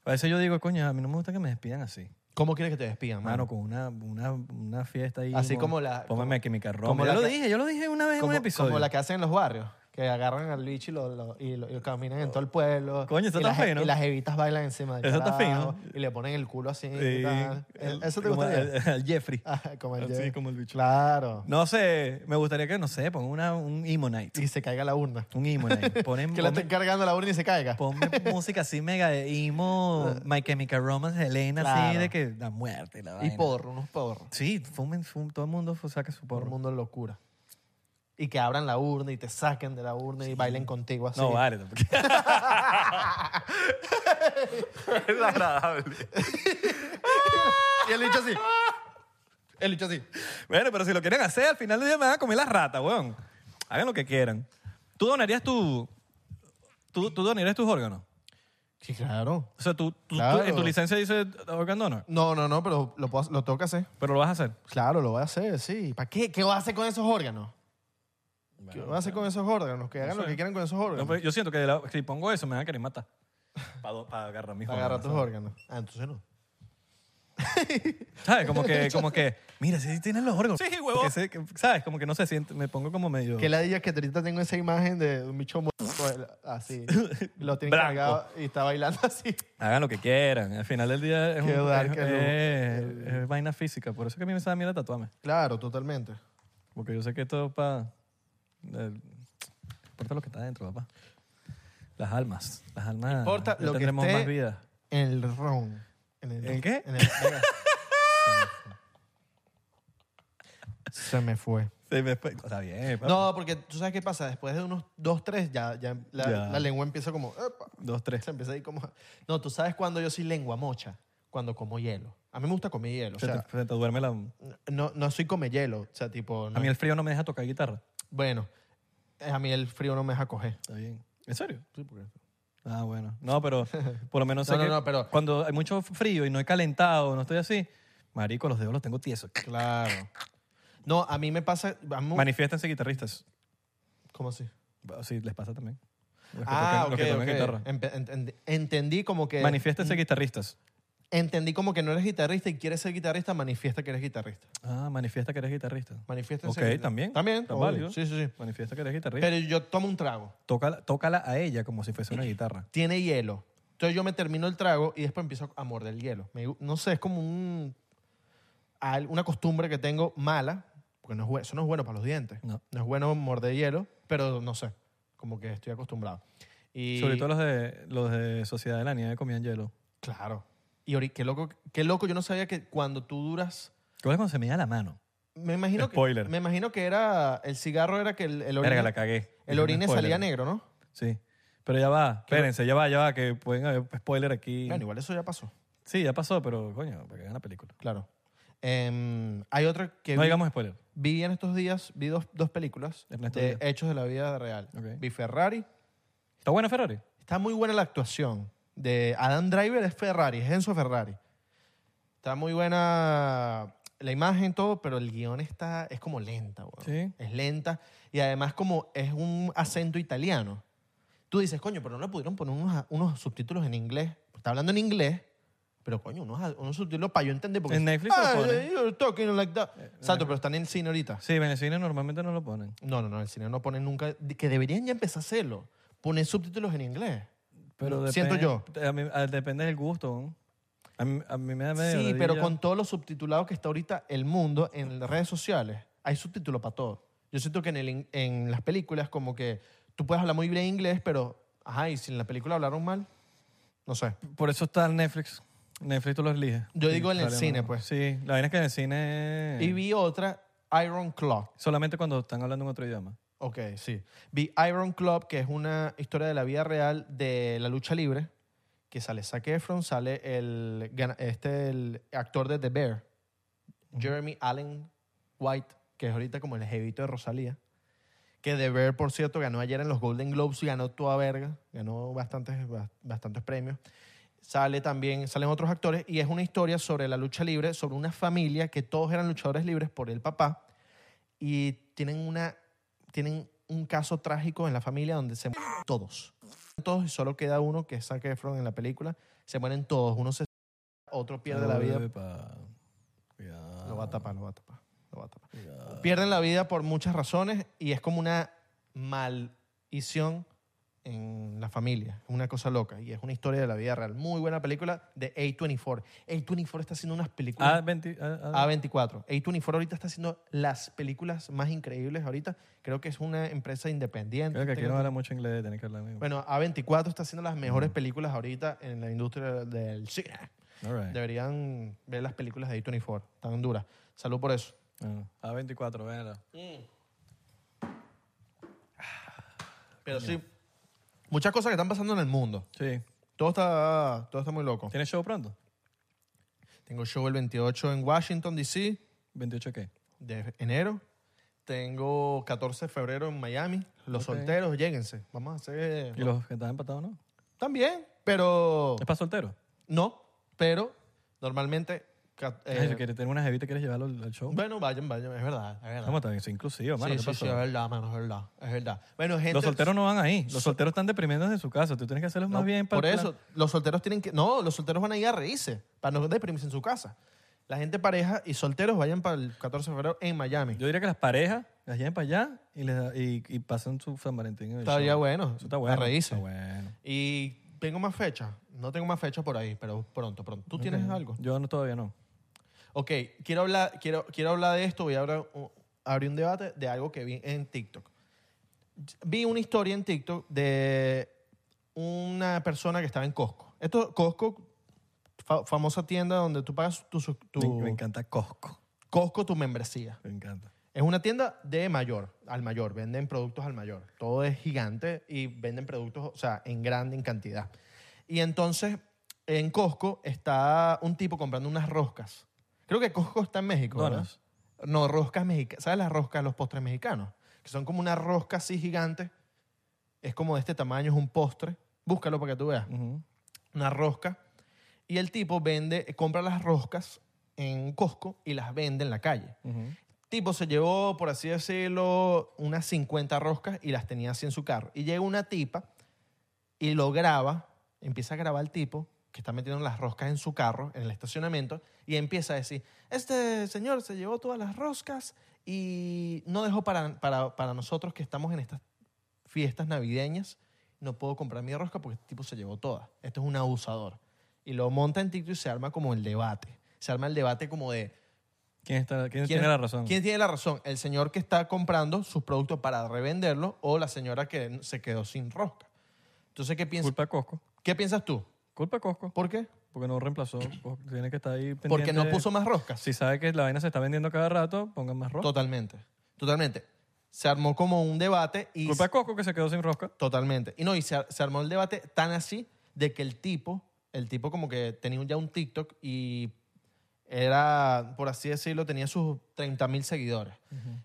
Speaker 4: A veces yo digo, coño, a mí no me gusta que me despidan así.
Speaker 3: ¿Cómo quieres que te despidan, mano?
Speaker 4: Mano, con una, una, una fiesta ahí.
Speaker 3: Así como la- como-
Speaker 4: Póngame aquí mi carro.
Speaker 3: como
Speaker 4: Yo
Speaker 3: la
Speaker 4: lo
Speaker 3: ca-
Speaker 4: dije, yo lo dije una vez en
Speaker 3: como,
Speaker 4: un episodio.
Speaker 3: como la que hacen en los barrios, que agarran al bicho y lo, lo- y lo- y lo caminan en todo el pueblo.
Speaker 4: Coño, eso
Speaker 3: y
Speaker 4: está
Speaker 3: las, e-
Speaker 4: feo, ¿no?
Speaker 3: Y las evitas bailan encima del
Speaker 4: Eso está
Speaker 3: carajo,
Speaker 4: feo, ¿no?
Speaker 3: Y le ponen el culo así.
Speaker 4: Sí,
Speaker 3: y tal. Eh,
Speaker 4: el-
Speaker 3: ¿Eso te
Speaker 4: como
Speaker 3: gustaría?
Speaker 4: el- el Jeffrey.
Speaker 3: Ah, como el
Speaker 4: Así
Speaker 3: Jeffrey.
Speaker 4: como el bicho.
Speaker 3: Claro.
Speaker 4: No sé, me gustaría que, no sé, ponga una, un Emo Night.
Speaker 3: Y se caiga la urna.
Speaker 4: Un Emo Night. Ponen,
Speaker 3: Que la estén
Speaker 4: ponme,
Speaker 3: cargando la urna y se caiga.
Speaker 4: ponme música así mega de Emo, My Chemical Romance, Helena, así
Speaker 3: Claro.
Speaker 4: de que la muerte y la
Speaker 3: Y
Speaker 4: vaina.
Speaker 3: porro, unos porros.
Speaker 4: Sí, fumen, fum- todo el mundo fu- saca su
Speaker 3: Todo el
Speaker 4: porro.
Speaker 3: mundo es locura. Y que abran la urna y te saquen de la urna y bailen contigo así.
Speaker 4: No, vale. tampoco. es agradable.
Speaker 3: Y el bicho así. El bicho así.
Speaker 4: Bueno, pero si lo quieren hacer, al final del día me van a comer las ratas, weón. Hagan lo que quieran. ¿Tú donarías tu... ¿Tú, tú donarías tus órganos?
Speaker 3: Sí, claro.
Speaker 4: O sea, tú, tú- tú-
Speaker 3: Claro.
Speaker 4: en tu licencia dice organ donor,
Speaker 3: No, no, no, pero lo, puedo- lo tengo que hacer.
Speaker 4: pero lo vas a hacer.
Speaker 3: Claro, lo voy a hacer, sí. ¿Para qué? ¿Qué voy a hacer con esos órganos? ¿Qué voy a hacer con esos órganos? Que hagan
Speaker 4: sé.
Speaker 3: lo que quieran con esos
Speaker 4: No,
Speaker 3: órganos.
Speaker 4: pero pues, yo siento que la- si pongo eso me van a querer matar. Para agarrar mis
Speaker 3: Agarra tus
Speaker 4: ¿sabes?
Speaker 3: órganos. Ah, entonces no.
Speaker 4: ¿Sabes? Como que, como que, mira, si tienes los órganos.
Speaker 6: Sí, huevón.
Speaker 4: Que se- que- ¿Sabes? Como que no se siente, me pongo como medio...
Speaker 3: Que la diga que ahorita tengo esa imagen de un bicho muerto pues, así. Lo tiene
Speaker 4: Blanco.
Speaker 3: cargado y está bailando así.
Speaker 4: Hagan lo que quieran. Al final del día es,
Speaker 3: Qué
Speaker 4: un-
Speaker 3: dark
Speaker 4: es-
Speaker 3: el-
Speaker 4: es- es vaina física. Por eso que a mí me sabe mierda tatuarme.
Speaker 3: Claro, totalmente.
Speaker 4: Porque yo sé que esto es para... Importa lo que está adentro, papá. Las almas. Las almas...
Speaker 3: Importa
Speaker 4: ya
Speaker 3: lo que
Speaker 4: tendremos
Speaker 3: esté-
Speaker 4: más vida.
Speaker 3: En el ron. ¿En el,
Speaker 4: ¿En qué?
Speaker 3: en el- venga. Se me fue.
Speaker 4: Sí, me- Está bien, papá.
Speaker 3: No, porque tú sabes qué pasa. Después de unos dos, tres, ya, ya, la,
Speaker 4: Ya.
Speaker 3: la lengua empieza como... "Epa".
Speaker 4: Dos, tres.
Speaker 3: Se empieza ahí como... No, tú sabes cuando yo soy lengua mocha. Cuando como hielo. A mí me gusta comer hielo. O
Speaker 4: Se te-
Speaker 3: sea,
Speaker 4: se te duerme la...
Speaker 3: no, no soy come hielo. O sea, tipo... no-
Speaker 4: A mí el frío no me deja tocar guitarra.
Speaker 3: Bueno, eh, a mí el frío no me deja coger.
Speaker 4: Está bien. ¿En serio?
Speaker 3: Sí, porque...
Speaker 4: Ah, bueno. No, pero por lo menos sé
Speaker 3: No, no,
Speaker 4: que
Speaker 3: no, pero-
Speaker 4: cuando hay mucho frío y no he calentado, no estoy así, marico, los dedos los tengo tiesos.
Speaker 3: Claro. No, a mí me pasa... a mí-
Speaker 4: Manifiéstense guitarristas.
Speaker 3: ¿Cómo así?
Speaker 4: Sí, les pasa también. Los que
Speaker 3: Ah,
Speaker 4: tocan-
Speaker 3: ok,
Speaker 4: los que tocan
Speaker 3: ok.
Speaker 4: guitarra.
Speaker 3: Empe- ent- Entendí como que... Mm.
Speaker 4: Manifiéstense guitarristas.
Speaker 3: Entendí como que no eres guitarrista y quieres ser guitarrista, manifiesta que eres guitarrista.
Speaker 4: Ah, manifiesta que eres guitarrista.
Speaker 3: Manifiesta
Speaker 4: Ok, también.
Speaker 3: También.
Speaker 4: Está
Speaker 3: obvio.
Speaker 4: válido.
Speaker 3: Sí, sí, sí.
Speaker 4: Manifiesta que eres guitarrista.
Speaker 3: Pero yo tomo un trago.
Speaker 4: Tócala, tócala a ella como si fuese una guitarra.
Speaker 3: Tiene hielo. Entonces yo me termino el trago y después empiezo a morder el hielo. Me gu- no sé, es como un, al- una costumbre que tengo mala, porque no es, bu- eso no es bueno para los dientes.
Speaker 4: No.
Speaker 3: es bueno morder hielo, pero no sé, como que estoy acostumbrado. Y,
Speaker 4: Sobre todo los de, los de Sociedad de la Nieve comían hielo.
Speaker 3: Claro. Y ahorita, qué loco, qué loco, yo no sabía que cuando tú duras...
Speaker 4: ¿Cómo es cuando se me da la mano?
Speaker 3: Me imagino,
Speaker 4: Spoiler.
Speaker 3: Que, me imagino que era... El cigarro era que el, el orine,
Speaker 4: Verga, la cagué.
Speaker 3: el
Speaker 4: Dije un
Speaker 3: orine
Speaker 4: spoiler.
Speaker 3: salía negro, ¿no?
Speaker 4: Sí. Pero ya va,
Speaker 3: ¿Qué?
Speaker 4: espérense, ya va, ya va, que pueden haber spoiler aquí.
Speaker 3: Bueno, igual eso ya pasó,
Speaker 4: Sí, ya pasó, pero coño, para que vean la película.
Speaker 3: claro. Em, hay otra que...
Speaker 4: No
Speaker 3: vi-
Speaker 4: digamos spoiler.
Speaker 3: Vi en estos días, vi dos, dos películas
Speaker 4: Ernesto
Speaker 3: de
Speaker 4: Díaz.
Speaker 3: hechos de la vida real.
Speaker 4: Ok.
Speaker 3: Vi Ferrari.
Speaker 4: ¿Está buena Ferrari?
Speaker 3: Está muy buena la actuación de Adam Driver, es Ferrari, es Enzo Ferrari. Está muy buena la imagen, todo, pero el guión está, es como lenta, weón.
Speaker 4: Sí.
Speaker 3: Es lenta y además como es un acento italiano. Tú dices, coño, pero no le pudieron poner unos, unos subtítulos en inglés. Está hablando en inglés, pero coño, unos, unos subtítulos para yo entender. Porque
Speaker 4: En Netflix lo
Speaker 3: "Ah,
Speaker 4: ponen". Eh,
Speaker 3: you're talking like that". Exacto, pero están en el cine ahorita.
Speaker 4: Sí, en el cine normalmente no lo ponen.
Speaker 3: No, no, no, el cine no pone nunca. de- Que deberían ya empezar a hacerlo. Poner subtítulos en inglés.
Speaker 4: Pero
Speaker 3: No, siento yo.
Speaker 4: depende- A mí, a- depende del gusto. ¿no? A mí, a mí me da medio
Speaker 3: sí, pero
Speaker 4: ladilla.
Speaker 3: con todos los subtitulados que está ahorita el mundo en las redes sociales, hay subtítulos para todo. Yo siento que en, el in- en las películas, como que tú puedes hablar muy bien inglés, pero. Ajá, y si en la película hablaron mal, no sé.
Speaker 4: Por eso está Netflix. Netflix tú lo eliges.
Speaker 3: Yo
Speaker 4: Y
Speaker 3: digo en el
Speaker 4: sale
Speaker 3: cine,
Speaker 4: uno.
Speaker 3: pues.
Speaker 4: Sí, la vaina es que en el cine...
Speaker 3: Y vi otra, Iron Club.
Speaker 4: Solamente cuando están hablando en otro idioma.
Speaker 3: Ok, sí. Vi Iron Club, que es una historia de la vida real de la lucha libre, que sale Zac Efron, sale el, gana- este, el actor de The Bear, Jeremy Allen White, que es ahorita como el jevito de Rosalía, que The Bear, por cierto, ganó ayer en los Golden Globes y ganó toda verga, ganó bastantes, bas- bastantes premios. Sale también, salen otros actores y es una historia sobre la lucha libre, sobre una familia que todos eran luchadores libres por el papá y tienen una tienen un caso trágico en la familia donde se mueren todos. Todos y solo queda uno que es Zac Efron en la película. Se mueren todos. Uno se... Otro pierde la vida.
Speaker 4: Epa. Cuidado.
Speaker 3: Lo va a tapar, lo va a tapar. Lo va a tapar. Pierden la vida por muchas razones y es como una maldición en la familia. Es una cosa loca y es una historia de la vida real. Muy buena película de A24. A24 está haciendo unas películas...
Speaker 4: Ah, 20, ah, ah.
Speaker 3: A24. A24 ahorita está haciendo las películas más increíbles ahorita. Creo que es una empresa independiente.
Speaker 4: Creo que aquí
Speaker 3: Tengo-
Speaker 4: no Mm. habla mucho inglés, tenés que hablar mío.
Speaker 3: Bueno, A24 está haciendo las mejores películas ahorita en la industria del cine.
Speaker 4: All right.
Speaker 3: Deberían ver las películas de A24. Están duras. Salud por eso.
Speaker 4: Bueno, A24, véanla.
Speaker 3: Pero sí, muchas cosas que están pasando en el mundo.
Speaker 4: Sí.
Speaker 3: Todo está, todo está muy loco.
Speaker 4: ¿Tienes show pronto?
Speaker 3: Tengo show el 28 en Washington, D.C.
Speaker 4: ¿28 qué?
Speaker 3: de enero. Tengo 14 de febrero en Miami. Los
Speaker 4: Ok.
Speaker 3: solteros, lléguense. Vamos a hacer...
Speaker 4: ¿Y los que están empatados no?
Speaker 3: También, pero...
Speaker 4: ¿Es para soltero?
Speaker 3: No, pero normalmente... ca- eh,
Speaker 4: Ay, si quieres tener una jevita y quieres llevarlo al al show.
Speaker 3: bueno, vayan, vayan, es verdad, es verdad.
Speaker 4: Vamos, también, soy inclusivo, mano.
Speaker 3: sí,
Speaker 4: ¿qué
Speaker 3: sí,
Speaker 4: pasó?
Speaker 3: sí, es verdad, mano, es verdad, es verdad. Bueno, gente...
Speaker 4: los solteros no van ahí. Los solteros están deprimidos en su casa. Tú tienes que hacerlos
Speaker 3: No,
Speaker 4: más bien para
Speaker 3: Por
Speaker 4: el plan.
Speaker 3: eso, los solteros tienen que... No, los solteros van a ir a reírse para no deprimirse en su casa. La gente pareja y solteros vayan para el 14 de febrero en Miami.
Speaker 4: Yo diría que las parejas las lleven para allá y, les, y, y pasan su San Valentín. en el
Speaker 3: Estaría
Speaker 4: show.
Speaker 3: bueno.
Speaker 4: Eso está bueno.
Speaker 3: A reírse.
Speaker 4: Está bueno.
Speaker 3: Y tengo más fechas. No tengo más fechas por ahí, pero pronto, pronto. ¿Tú tienes
Speaker 4: Ok.
Speaker 3: algo?
Speaker 4: Yo no, todavía no.
Speaker 3: Ok, quiero hablar, quiero, quiero hablar de esto. Voy a abrir un, abrir un debate de algo que vi en TikTok. Vi una historia en TikTok de una persona que estaba en Costco. Esto, Costco, fa- famosa tienda donde tú pagas tu, sus- tu-
Speaker 4: Me, me encanta Costco.
Speaker 3: Costco tu membresía.
Speaker 4: Me encanta.
Speaker 3: Es una tienda de mayor, al mayor. Venden productos al mayor. Todo es gigante y venden productos, o sea, en grande, en cantidad. Y entonces, en Costco está un tipo comprando unas roscas. Creo que Costco está en México. ¿verdad?
Speaker 4: Donuts.
Speaker 3: No, roscas mexicanas. ¿Sabes las roscas, los postres mexicanos? Que son como una rosca así gigante. Es como de este tamaño, es un postre. Búscalo para que tú veas
Speaker 4: Ujú.
Speaker 3: una rosca y el tipo vende, compra las roscas en Costco y las vende en la calle.
Speaker 4: Ujú.
Speaker 3: Tipo se llevó, por así decirlo, unas 50 roscas y las tenía así en su carro. Y llega una tipa y lo graba, empieza a grabar al tipo que está metiendo las roscas en su carro, en el estacionamiento, y empieza a decir, este señor se llevó todas las roscas y no dejó para, para, para nosotros que estamos en estas fiestas navideñas, no puedo comprar mi rosca porque este tipo se llevó todas. Esto es un abusador. Y lo monta en TikTok y se arma como el debate. Se arma el debate como de,
Speaker 4: ¿Quién, está, quién,
Speaker 3: ¿Quién-
Speaker 4: tiene la razón?
Speaker 3: ¿Quién tiene la razón? ¿El señor que está comprando sus productos para revenderlo o la señora que se quedó sin rosca? Entonces, ¿qué, piensas?
Speaker 4: Culpa a Costco.
Speaker 3: ¿qué piensas tú?
Speaker 4: Culpa a Costco.
Speaker 3: ¿Por qué?
Speaker 4: Porque no reemplazó. Costco Tiene que estar ahí pendiente.
Speaker 3: Porque no puso más roscas.
Speaker 4: Si sabe que la vaina se está vendiendo cada rato, pongan más rosca.
Speaker 3: Totalmente. Totalmente. Se armó como un debate y...
Speaker 4: Culpa a Costco que se quedó sin rosca.
Speaker 3: Totalmente. Y no, y se, se armó el debate tan así de que el tipo, el tipo como que tenía un- ya un TikTok y era, por así decirlo, tenía sus 30 mil seguidores.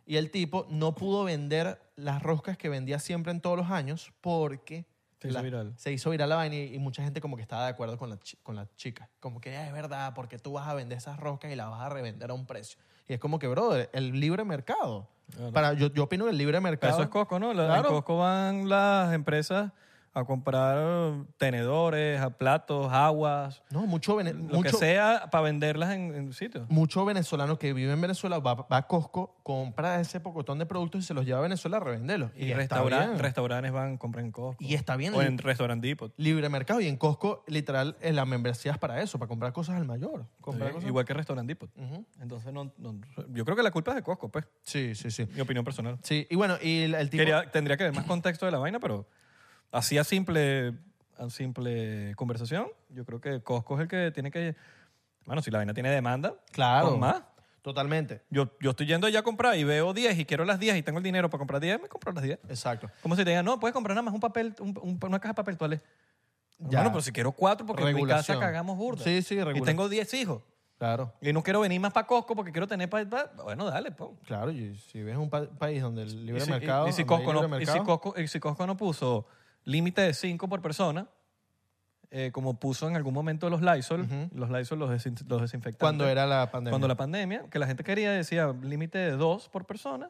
Speaker 3: Y el tipo no pudo vender las roscas que vendía siempre en todos los años porque...
Speaker 4: Se hizo
Speaker 3: la-
Speaker 4: viral.
Speaker 3: Se hizo viral la vaina y, y mucha gente como que estaba de acuerdo con la, chi- con la chica. Como que "Ah, es verdad, porque tú vas a vender esas roscas y las vas a revender a un precio. Y es como que, brother, el libre mercado.
Speaker 4: Claro.
Speaker 3: Para, yo, yo opino que el libre mercado...
Speaker 4: Eso es Costco, ¿no? La-
Speaker 3: Claro.
Speaker 4: En Costco van las empresas a comprar eh, tenedores, a platos, aguas,
Speaker 3: No, mucho, vene-
Speaker 4: lo que
Speaker 3: mucho,
Speaker 4: sea para venderlas en, en sitios.
Speaker 3: mucho venezolano que vive en Venezuela va, va a Costco, compra ese pocotón de productos y se los lleva a Venezuela a revenderlos.
Speaker 4: Y,
Speaker 3: está
Speaker 4: restauran-
Speaker 3: bien.
Speaker 4: restaurantes van, compran en Costco.
Speaker 3: Y está bien.
Speaker 4: O en Restaurant Depot.
Speaker 3: Libre mercado. Y en Costco, literal, eh, en las membresías para eso, para comprar cosas al mayor. Comprar
Speaker 4: Sí,
Speaker 3: cosas-
Speaker 4: Eh, Igual que Restaurant Depot.
Speaker 3: Ujú.
Speaker 4: Entonces, no, no- yo creo que la culpa es de Costco, pues.
Speaker 3: Sí, sí, sí.
Speaker 4: Mi opinión personal.
Speaker 3: Sí, y bueno, y el, el tipo...
Speaker 4: Quería- tendría que ver más contexto de la vaina, pero así a simple, a simple conversación, yo creo que Costco es el que tiene que... Bueno, si la vaina tiene demanda,
Speaker 3: Claro.
Speaker 4: pon más.
Speaker 3: Totalmente.
Speaker 4: Yo, yo estoy yendo allá a comprar y veo 10 y quiero las 10 y tengo el dinero para comprar 10, me compro las 10.
Speaker 3: Exacto.
Speaker 4: Como si te digan, no, puedes comprar nada más un papel, un- un- una caja de papel toalé.
Speaker 3: Ya.
Speaker 4: Bueno, pero si quiero cuatro porque en
Speaker 3: Regulación.
Speaker 4: mi casa cagamos burda.
Speaker 3: Sí, sí,
Speaker 4: Y
Speaker 3: regula-
Speaker 4: tengo 10 hijos.
Speaker 3: Claro.
Speaker 4: Y no quiero venir más para Costco porque quiero tener para... bueno, dale, pon.
Speaker 3: Claro, y si ves un pa- país donde el
Speaker 4: Y
Speaker 3: libre
Speaker 4: si- y-
Speaker 3: mercado...
Speaker 4: Y, si
Speaker 3: donde hay
Speaker 4: Costco
Speaker 3: libre
Speaker 4: no, y si
Speaker 3: mercado-
Speaker 4: Costco- y si Costco no puso límite de 5 por persona, eh, como puso en algún momento los Lysol,
Speaker 3: Ujú.
Speaker 4: los Lysol los, desin- los desinfectantes.
Speaker 3: Cuando era la pandemia.
Speaker 4: Cuando la pandemia, que la gente quería, decía límite de 2 por persona,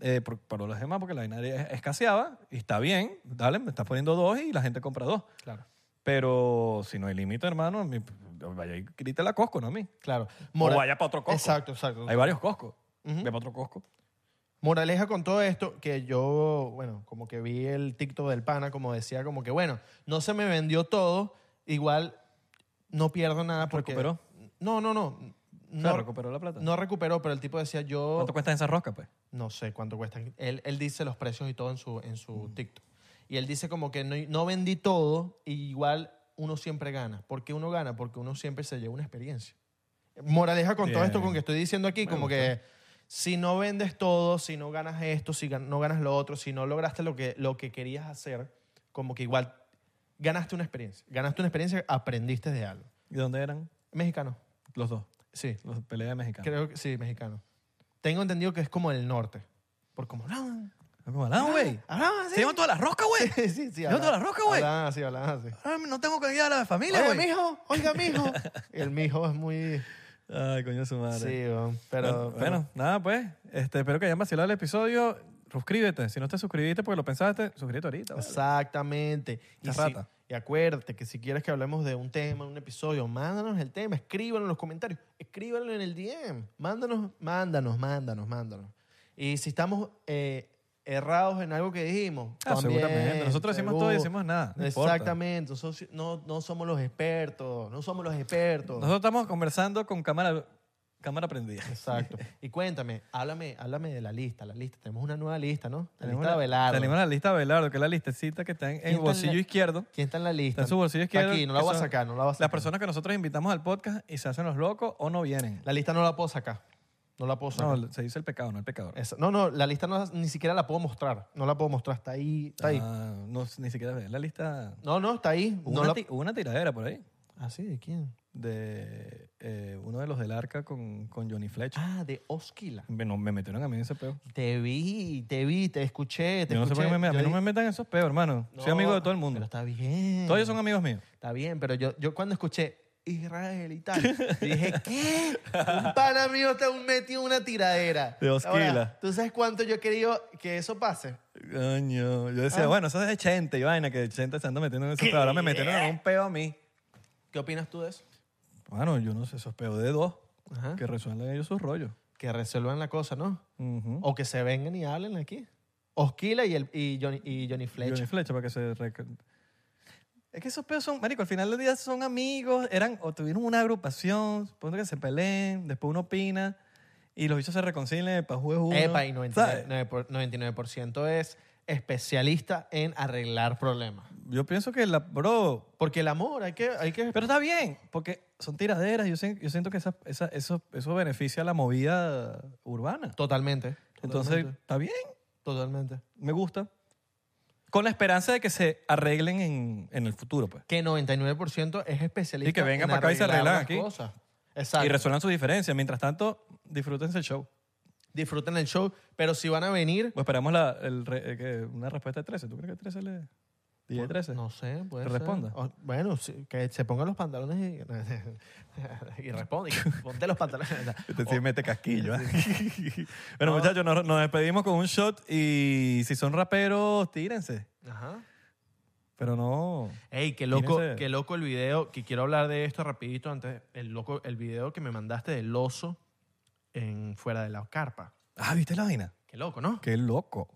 Speaker 4: eh, por- para los demás, porque la vaina es- escaseaba, y está bien, dale, me estás poniendo 2 y la gente compra 2.
Speaker 3: Claro.
Speaker 4: Pero si no hay límite, hermano, mi- vaya y grítela a Costco, no a mí.
Speaker 3: Claro.
Speaker 4: O
Speaker 3: Mora-
Speaker 4: vaya para otro Costco.
Speaker 3: Exacto, exacto.
Speaker 4: Hay varios Costco.
Speaker 3: Ujú.
Speaker 4: Ve para otro Costco.
Speaker 3: Moraleja con todo esto, que yo, bueno, como que vi el TikTok del pana, como decía, como que, bueno, no se me vendió todo, igual no pierdo nada porque...
Speaker 4: ¿Recuperó?
Speaker 3: No, no, no.
Speaker 4: O
Speaker 3: No,
Speaker 4: sea, recuperó la plata.
Speaker 3: no recuperó, pero el tipo decía, yo
Speaker 4: ¿Cuánto cuesta esa rosca, pues?
Speaker 3: no sé cuánto cuesta. Él, él dice los precios y todo en su, en su TikTok. Y él dice como que no, no vendí todo, y igual uno siempre gana. ¿Por qué uno gana? Porque uno siempre se lleva una experiencia. Moraleja con todo
Speaker 4: Bien.
Speaker 3: esto con que estoy diciendo aquí, como que si no vendes todo, si no ganas esto, si gan- no ganas lo otro, si no lograste lo que, lo que querías hacer, como que igual ganaste una experiencia. Ganaste una experiencia, aprendiste de algo.
Speaker 4: ¿Y dónde eran
Speaker 3: Mexicano,
Speaker 4: los dos?
Speaker 3: sí.
Speaker 4: Los peleas mexicanos.
Speaker 3: Creo que sí, mexicano. Tengo entendido que es como el norte. Por como hablaban.
Speaker 4: No, como, "Alá, güey.
Speaker 3: Hablaban así.
Speaker 4: Se llevan todas las roscas, güey.
Speaker 3: Sí, sí, sí.
Speaker 4: Yo toda la roca, güey.
Speaker 3: Hablaban así, hablaban así.
Speaker 4: Ah, No tengo que ir a la familia,
Speaker 3: Oiga,
Speaker 4: güey.
Speaker 3: mijo, oiga, mijo. el mijo es muy.
Speaker 4: Ay, coño, su madre.
Speaker 3: Sí, weón, pero.
Speaker 4: bueno, bueno, nada, pues. Este, espero que hayan vacilado el episodio. Suscríbete. Si no te suscribiste porque lo pensaste, suscríbete ahorita.
Speaker 3: pero-
Speaker 4: vale.
Speaker 3: Exactamente. Y
Speaker 4: Ya
Speaker 3: si,
Speaker 4: rata.
Speaker 3: Y acuérdate que si quieres que hablemos de un tema, un episodio, mándanos el tema, escríbanlo en los comentarios, escríbanlo en el DM, mándanos, mándanos, mándanos, mándanos. Y si estamos eh, errados en algo que dijimos,
Speaker 4: Ah,
Speaker 3: también,
Speaker 4: seguramente. Nosotros decimos todo y decimos nada, no importa.
Speaker 3: Exactamente, Nosotros no, no somos los expertos, no somos los expertos.
Speaker 4: Nosotros estamos conversando con cámara, cámara prendida.
Speaker 3: Exacto. Y cuéntame, háblame, háblame de la lista, la lista. Tenemos una nueva lista, ¿no? La
Speaker 4: Tenemos
Speaker 3: lista
Speaker 4: la-
Speaker 3: de Velardo.
Speaker 4: Tenemos la lista de Belardo, que es la listecita que está en
Speaker 3: está en
Speaker 4: el bolsillo
Speaker 3: la-
Speaker 4: izquierdo.
Speaker 3: ¿Quién está en la lista?
Speaker 4: Está en su bolsillo izquierdo.
Speaker 3: Aquí, no la voy a
Speaker 4: Eso-
Speaker 3: sacar, no la voy a sacar.
Speaker 4: Las personas que nosotros invitamos al podcast y se hacen los locos o no vienen.
Speaker 3: La lista no la puedo sacar. No la puedo sacar.
Speaker 4: No, se dice el pecado, no el pecador.
Speaker 3: Esa- No, no, la lista no la- ni siquiera la puedo mostrar. No la puedo mostrar. Está ahí, está ahí.
Speaker 4: Ah, no, ni siquiera ve la lista.
Speaker 3: No, no, está ahí.
Speaker 4: Hubo
Speaker 3: No
Speaker 4: una,
Speaker 3: la-
Speaker 4: ti- hubo una tiradera por ahí
Speaker 3: ¿Ah, sí? ¿De quién?
Speaker 4: de eh, uno de los del arca con, con Johnny Fletch.
Speaker 3: Ah, de Osquila.
Speaker 4: Me, no- me metieron a mí en ese peo.
Speaker 3: Te vi, te vi, te escuché, te
Speaker 4: Yo no sé por
Speaker 3: escuché.
Speaker 4: qué me, a
Speaker 3: Yo
Speaker 4: mí no
Speaker 3: di-
Speaker 4: me metan en esos peos, hermano. Soy amigo de todo el
Speaker 3: Pero
Speaker 4: mundo.
Speaker 3: está bien.
Speaker 4: Todos ellos son amigos míos.
Speaker 3: Está bien, pero yo, yo cuando escuché Israel y tal, dije, ¿qué? Un pana mío te metió una tiradera.
Speaker 4: De dos
Speaker 3: Ahora,
Speaker 4: kilas.
Speaker 3: ¿Tú sabes cuánto yo he querido que eso pase?
Speaker 4: Coño. Yo decía,
Speaker 3: Ah.
Speaker 4: bueno, eso es de Chente y vaina, que Chente se anda metiendo en esos peos. Ahora me metieron en un peo a mí.
Speaker 3: ¿Qué opinas tú de eso?
Speaker 4: Bueno, yo no sé, esos peos de dos.
Speaker 3: Ajá.
Speaker 4: Que resuelven ellos sus rollos.
Speaker 3: Que resuelvan la cosa, ¿no?
Speaker 4: Ujú.
Speaker 3: O que se vengan y hablen aquí. Osquila y, el, y, Johnny, y Johnny Fletcher.
Speaker 4: Johnny Flecha para que se... rec- Es que esos peos son, marico, al final del día son amigos, eran o tuvieron una agrupación, supongo que se peleen, después uno opina y los bichos se reconcilian para juez uno.
Speaker 3: Epa, y 99%,
Speaker 4: ¿sabes?
Speaker 3: 99% es especialista en arreglar problemas.
Speaker 4: Yo pienso que la, bro,
Speaker 3: Porque el amor, hay que... Hay que
Speaker 4: Pero está bien, porque son tiraderas. Yo, sien- yo siento que esa- esa- eso, eso beneficia a la movida urbana.
Speaker 3: totalmente.
Speaker 4: Entonces,
Speaker 3: Totalmente.
Speaker 4: está bien,
Speaker 3: totalmente.
Speaker 4: me gusta. Con la esperanza de que se arreglen en, en el futuro, pues.
Speaker 3: que 99% es especialista
Speaker 4: Y que
Speaker 3: en
Speaker 4: vengan para acá y se
Speaker 3: arreglar
Speaker 4: arreglan
Speaker 3: las
Speaker 4: aquí.
Speaker 3: cosas. Exacto.
Speaker 4: Y resuelvan sus diferencias. Mientras tanto, disfrútense el show.
Speaker 3: Disfruten el show, pero si van a venir...
Speaker 4: O Pues esperamos la, el re- eh, que una respuesta de 13. ¿Tú crees que 13 le... DJ 13?
Speaker 3: pues, No sé, puede
Speaker 4: Que
Speaker 3: ser.
Speaker 4: responda.
Speaker 3: O- bueno, sí, que se pongan los pantalones y, y responde. y ponte los pantalones.
Speaker 4: Este
Speaker 3: O-
Speaker 4: sí mete casquillo. ¿eh? bueno, muchachos, nos, nos despedimos con un shot y si son raperos, tírense.
Speaker 3: Ajá.
Speaker 4: Pero no...
Speaker 3: Ey, qué loco,
Speaker 4: Tírense.
Speaker 3: qué loco el video. Que quiero hablar de esto rapidito antes. El, loco, el video que me mandaste del oso en fuera de la carpa.
Speaker 4: Ah, ¿viste la vaina?
Speaker 3: Qué loco, ¿no?
Speaker 4: Qué loco.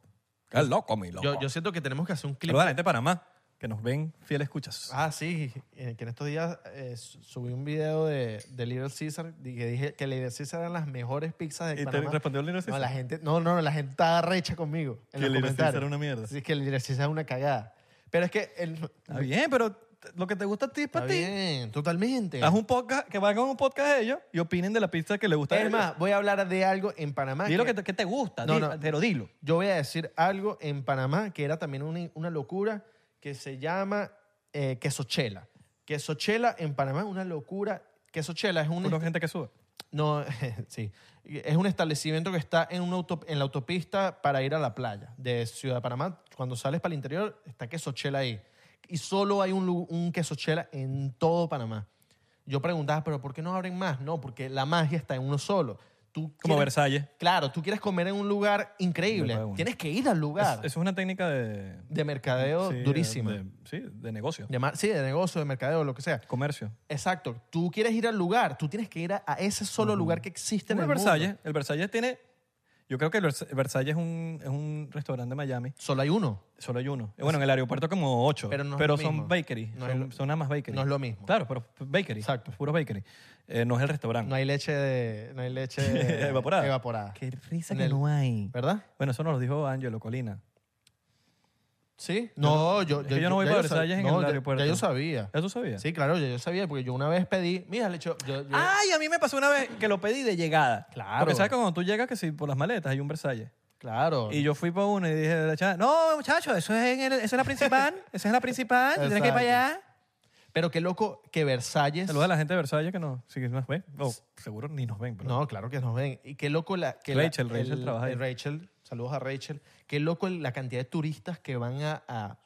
Speaker 4: Qué loco, mi loco.
Speaker 3: Yo, yo siento que tenemos que hacer un clip.
Speaker 4: Saluda a la gente de Panamá, que nos ven fiel escuchas.
Speaker 3: Ah, sí, eh, que en estos días eh, su- subí un video de, de Little Caesar di- que dije que Little Caesar eran las mejores pizzas de
Speaker 4: ¿Y te
Speaker 3: Panamá.
Speaker 4: respondió el Little
Speaker 3: No,
Speaker 4: Caesar?
Speaker 3: la gente, no, no, la gente estaba recha conmigo en
Speaker 4: Que
Speaker 3: los
Speaker 4: Little
Speaker 3: comentarios.
Speaker 4: Caesar era una mierda.
Speaker 3: Sí, que Little Caesar era una cagada. Pero es que... El,
Speaker 4: Está bien, pero t- lo que te gusta a ti es
Speaker 3: Está
Speaker 4: para ti.
Speaker 3: bien, totalmente.
Speaker 4: Haz un podcast, que hagan un podcast ellos y opinen de la pizza que les gusta a
Speaker 3: Es
Speaker 4: ellos.
Speaker 3: más, voy a hablar de algo en Panamá.
Speaker 4: Dilo
Speaker 3: que-
Speaker 4: que te, que te gusta,
Speaker 3: No,
Speaker 4: di-
Speaker 3: no.
Speaker 4: pero dilo.
Speaker 3: Yo voy a decir algo en Panamá que era también una, una locura que se llama eh, quesochela. Quesochela en Panamá es una locura. Quesochela es un...
Speaker 4: Una gente que sube.
Speaker 3: No, sí. Es un establecimiento que está en, una auto- en la autopista para ir a la playa de Ciudad de Panamá. Cuando sales para el interior, está quesochela ahí. Y solo hay un, lu- un quesochela en todo Panamá. Yo preguntaba, ¿pero por qué no abren más? No, porque la magia está en uno solo. Tú
Speaker 4: Como
Speaker 3: quieres-
Speaker 4: Versalles.
Speaker 3: Claro, tú quieres comer en un lugar increíble.
Speaker 4: Verdad, bueno.
Speaker 3: Tienes que ir al
Speaker 4: Es-
Speaker 3: lugar
Speaker 4: Eso es una técnica de...
Speaker 3: de mercadeo
Speaker 4: sí,
Speaker 3: durísima.
Speaker 4: de- sí, de negocio.
Speaker 3: De mar- sí, de negocio, de mercadeo, lo que sea.
Speaker 4: Comercio.
Speaker 3: Exacto. Tú quieres ir al lugar. Tú tienes que ir a, a ese solo lugar que existe en
Speaker 4: Como
Speaker 3: el
Speaker 4: el
Speaker 3: mundo.
Speaker 4: Versalles. El Versalles tiene... Yo creo que el Vers- el Versalles es un, es un restaurante de Miami.
Speaker 3: Solo hay uno.
Speaker 4: Solo hay uno. Eh, Bueno, en el aeropuerto como ocho.
Speaker 3: Pero no
Speaker 4: Pero,
Speaker 3: es lo mismo.
Speaker 4: son bakery.
Speaker 3: No es
Speaker 4: son,
Speaker 3: lo-
Speaker 4: son nada más bakery.
Speaker 3: no es lo mismo.
Speaker 4: Claro, pero bakery.
Speaker 3: Exacto.
Speaker 4: Exacto. Puro bakery. Eh, no es el restaurante.
Speaker 3: No hay leche de, no hay leche
Speaker 4: Evaporada.
Speaker 3: evaporada.
Speaker 4: Qué risa
Speaker 3: En
Speaker 4: que
Speaker 3: el-
Speaker 4: no hay.
Speaker 3: ¿Verdad?
Speaker 4: Bueno, eso nos lo dijo Angelo Colina.
Speaker 3: Sí. No, yo,
Speaker 4: es que yo no voy
Speaker 3: ya
Speaker 4: para
Speaker 3: yo sab-
Speaker 4: Versalles en
Speaker 3: no,
Speaker 4: el
Speaker 3: ya-
Speaker 4: aeropuerto.
Speaker 3: Ya yo sabía.
Speaker 4: ¿Ya tú sabías?
Speaker 3: Sí, claro, ya yo sabía porque yo una vez pedí, mira, leche, yo, yo-
Speaker 4: Ay, a mí me pasó una vez que lo pedí de llegada.
Speaker 3: Claro.
Speaker 4: Porque sabes que cuando tú llegas que si por las maletas hay un Versalles.
Speaker 3: claro.
Speaker 4: Y yo fui para uno y dije, la chava, no, muchacho, eso es, en el- eso es la principal. esa es la principal. tú tienes que ir para
Speaker 3: Exacto.
Speaker 4: allá.
Speaker 3: Pero qué loco que Versalles
Speaker 4: Saludos a la gente de Versalles que no, sí, que nos ven. No, seguro ni nos ven. Pero
Speaker 3: No, claro que nos ven. Y qué loco la... Que la-
Speaker 4: Rachel, Rachel
Speaker 3: el-
Speaker 4: trabaja ahí.
Speaker 3: el Rachel, saludos a Rachel. Qué loco el- la cantidad de turistas que van a, a-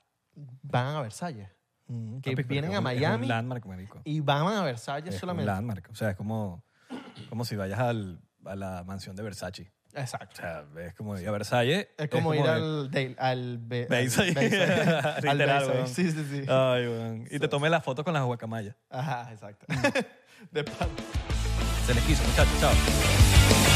Speaker 3: van a Versalles.
Speaker 4: Mm,
Speaker 3: que
Speaker 4: papi, pero
Speaker 3: vienen
Speaker 4: es
Speaker 3: a
Speaker 4: un- es un
Speaker 3: Miami
Speaker 4: landmark, marico.
Speaker 3: Y van a Versalles
Speaker 4: Es un
Speaker 3: solamente.
Speaker 4: landmark. O sea, es como, como si vayas al, a la mansión de Versace. O
Speaker 3: Exacto.
Speaker 4: sea, es como ir a Versalles.
Speaker 3: Es como ir
Speaker 4: de-
Speaker 3: al... Dale- al be-
Speaker 4: Bayside.
Speaker 3: Bayside. Al Bayside.
Speaker 4: Literal, weón. Ah.
Speaker 3: Sí, sí, sí.
Speaker 4: Ay, weón. Y te tomé la foto con las guacamayas.
Speaker 3: Ajá, exacto.
Speaker 4: Mm.
Speaker 3: De pan.
Speaker 4: Se les quiso, muchachos. Chao.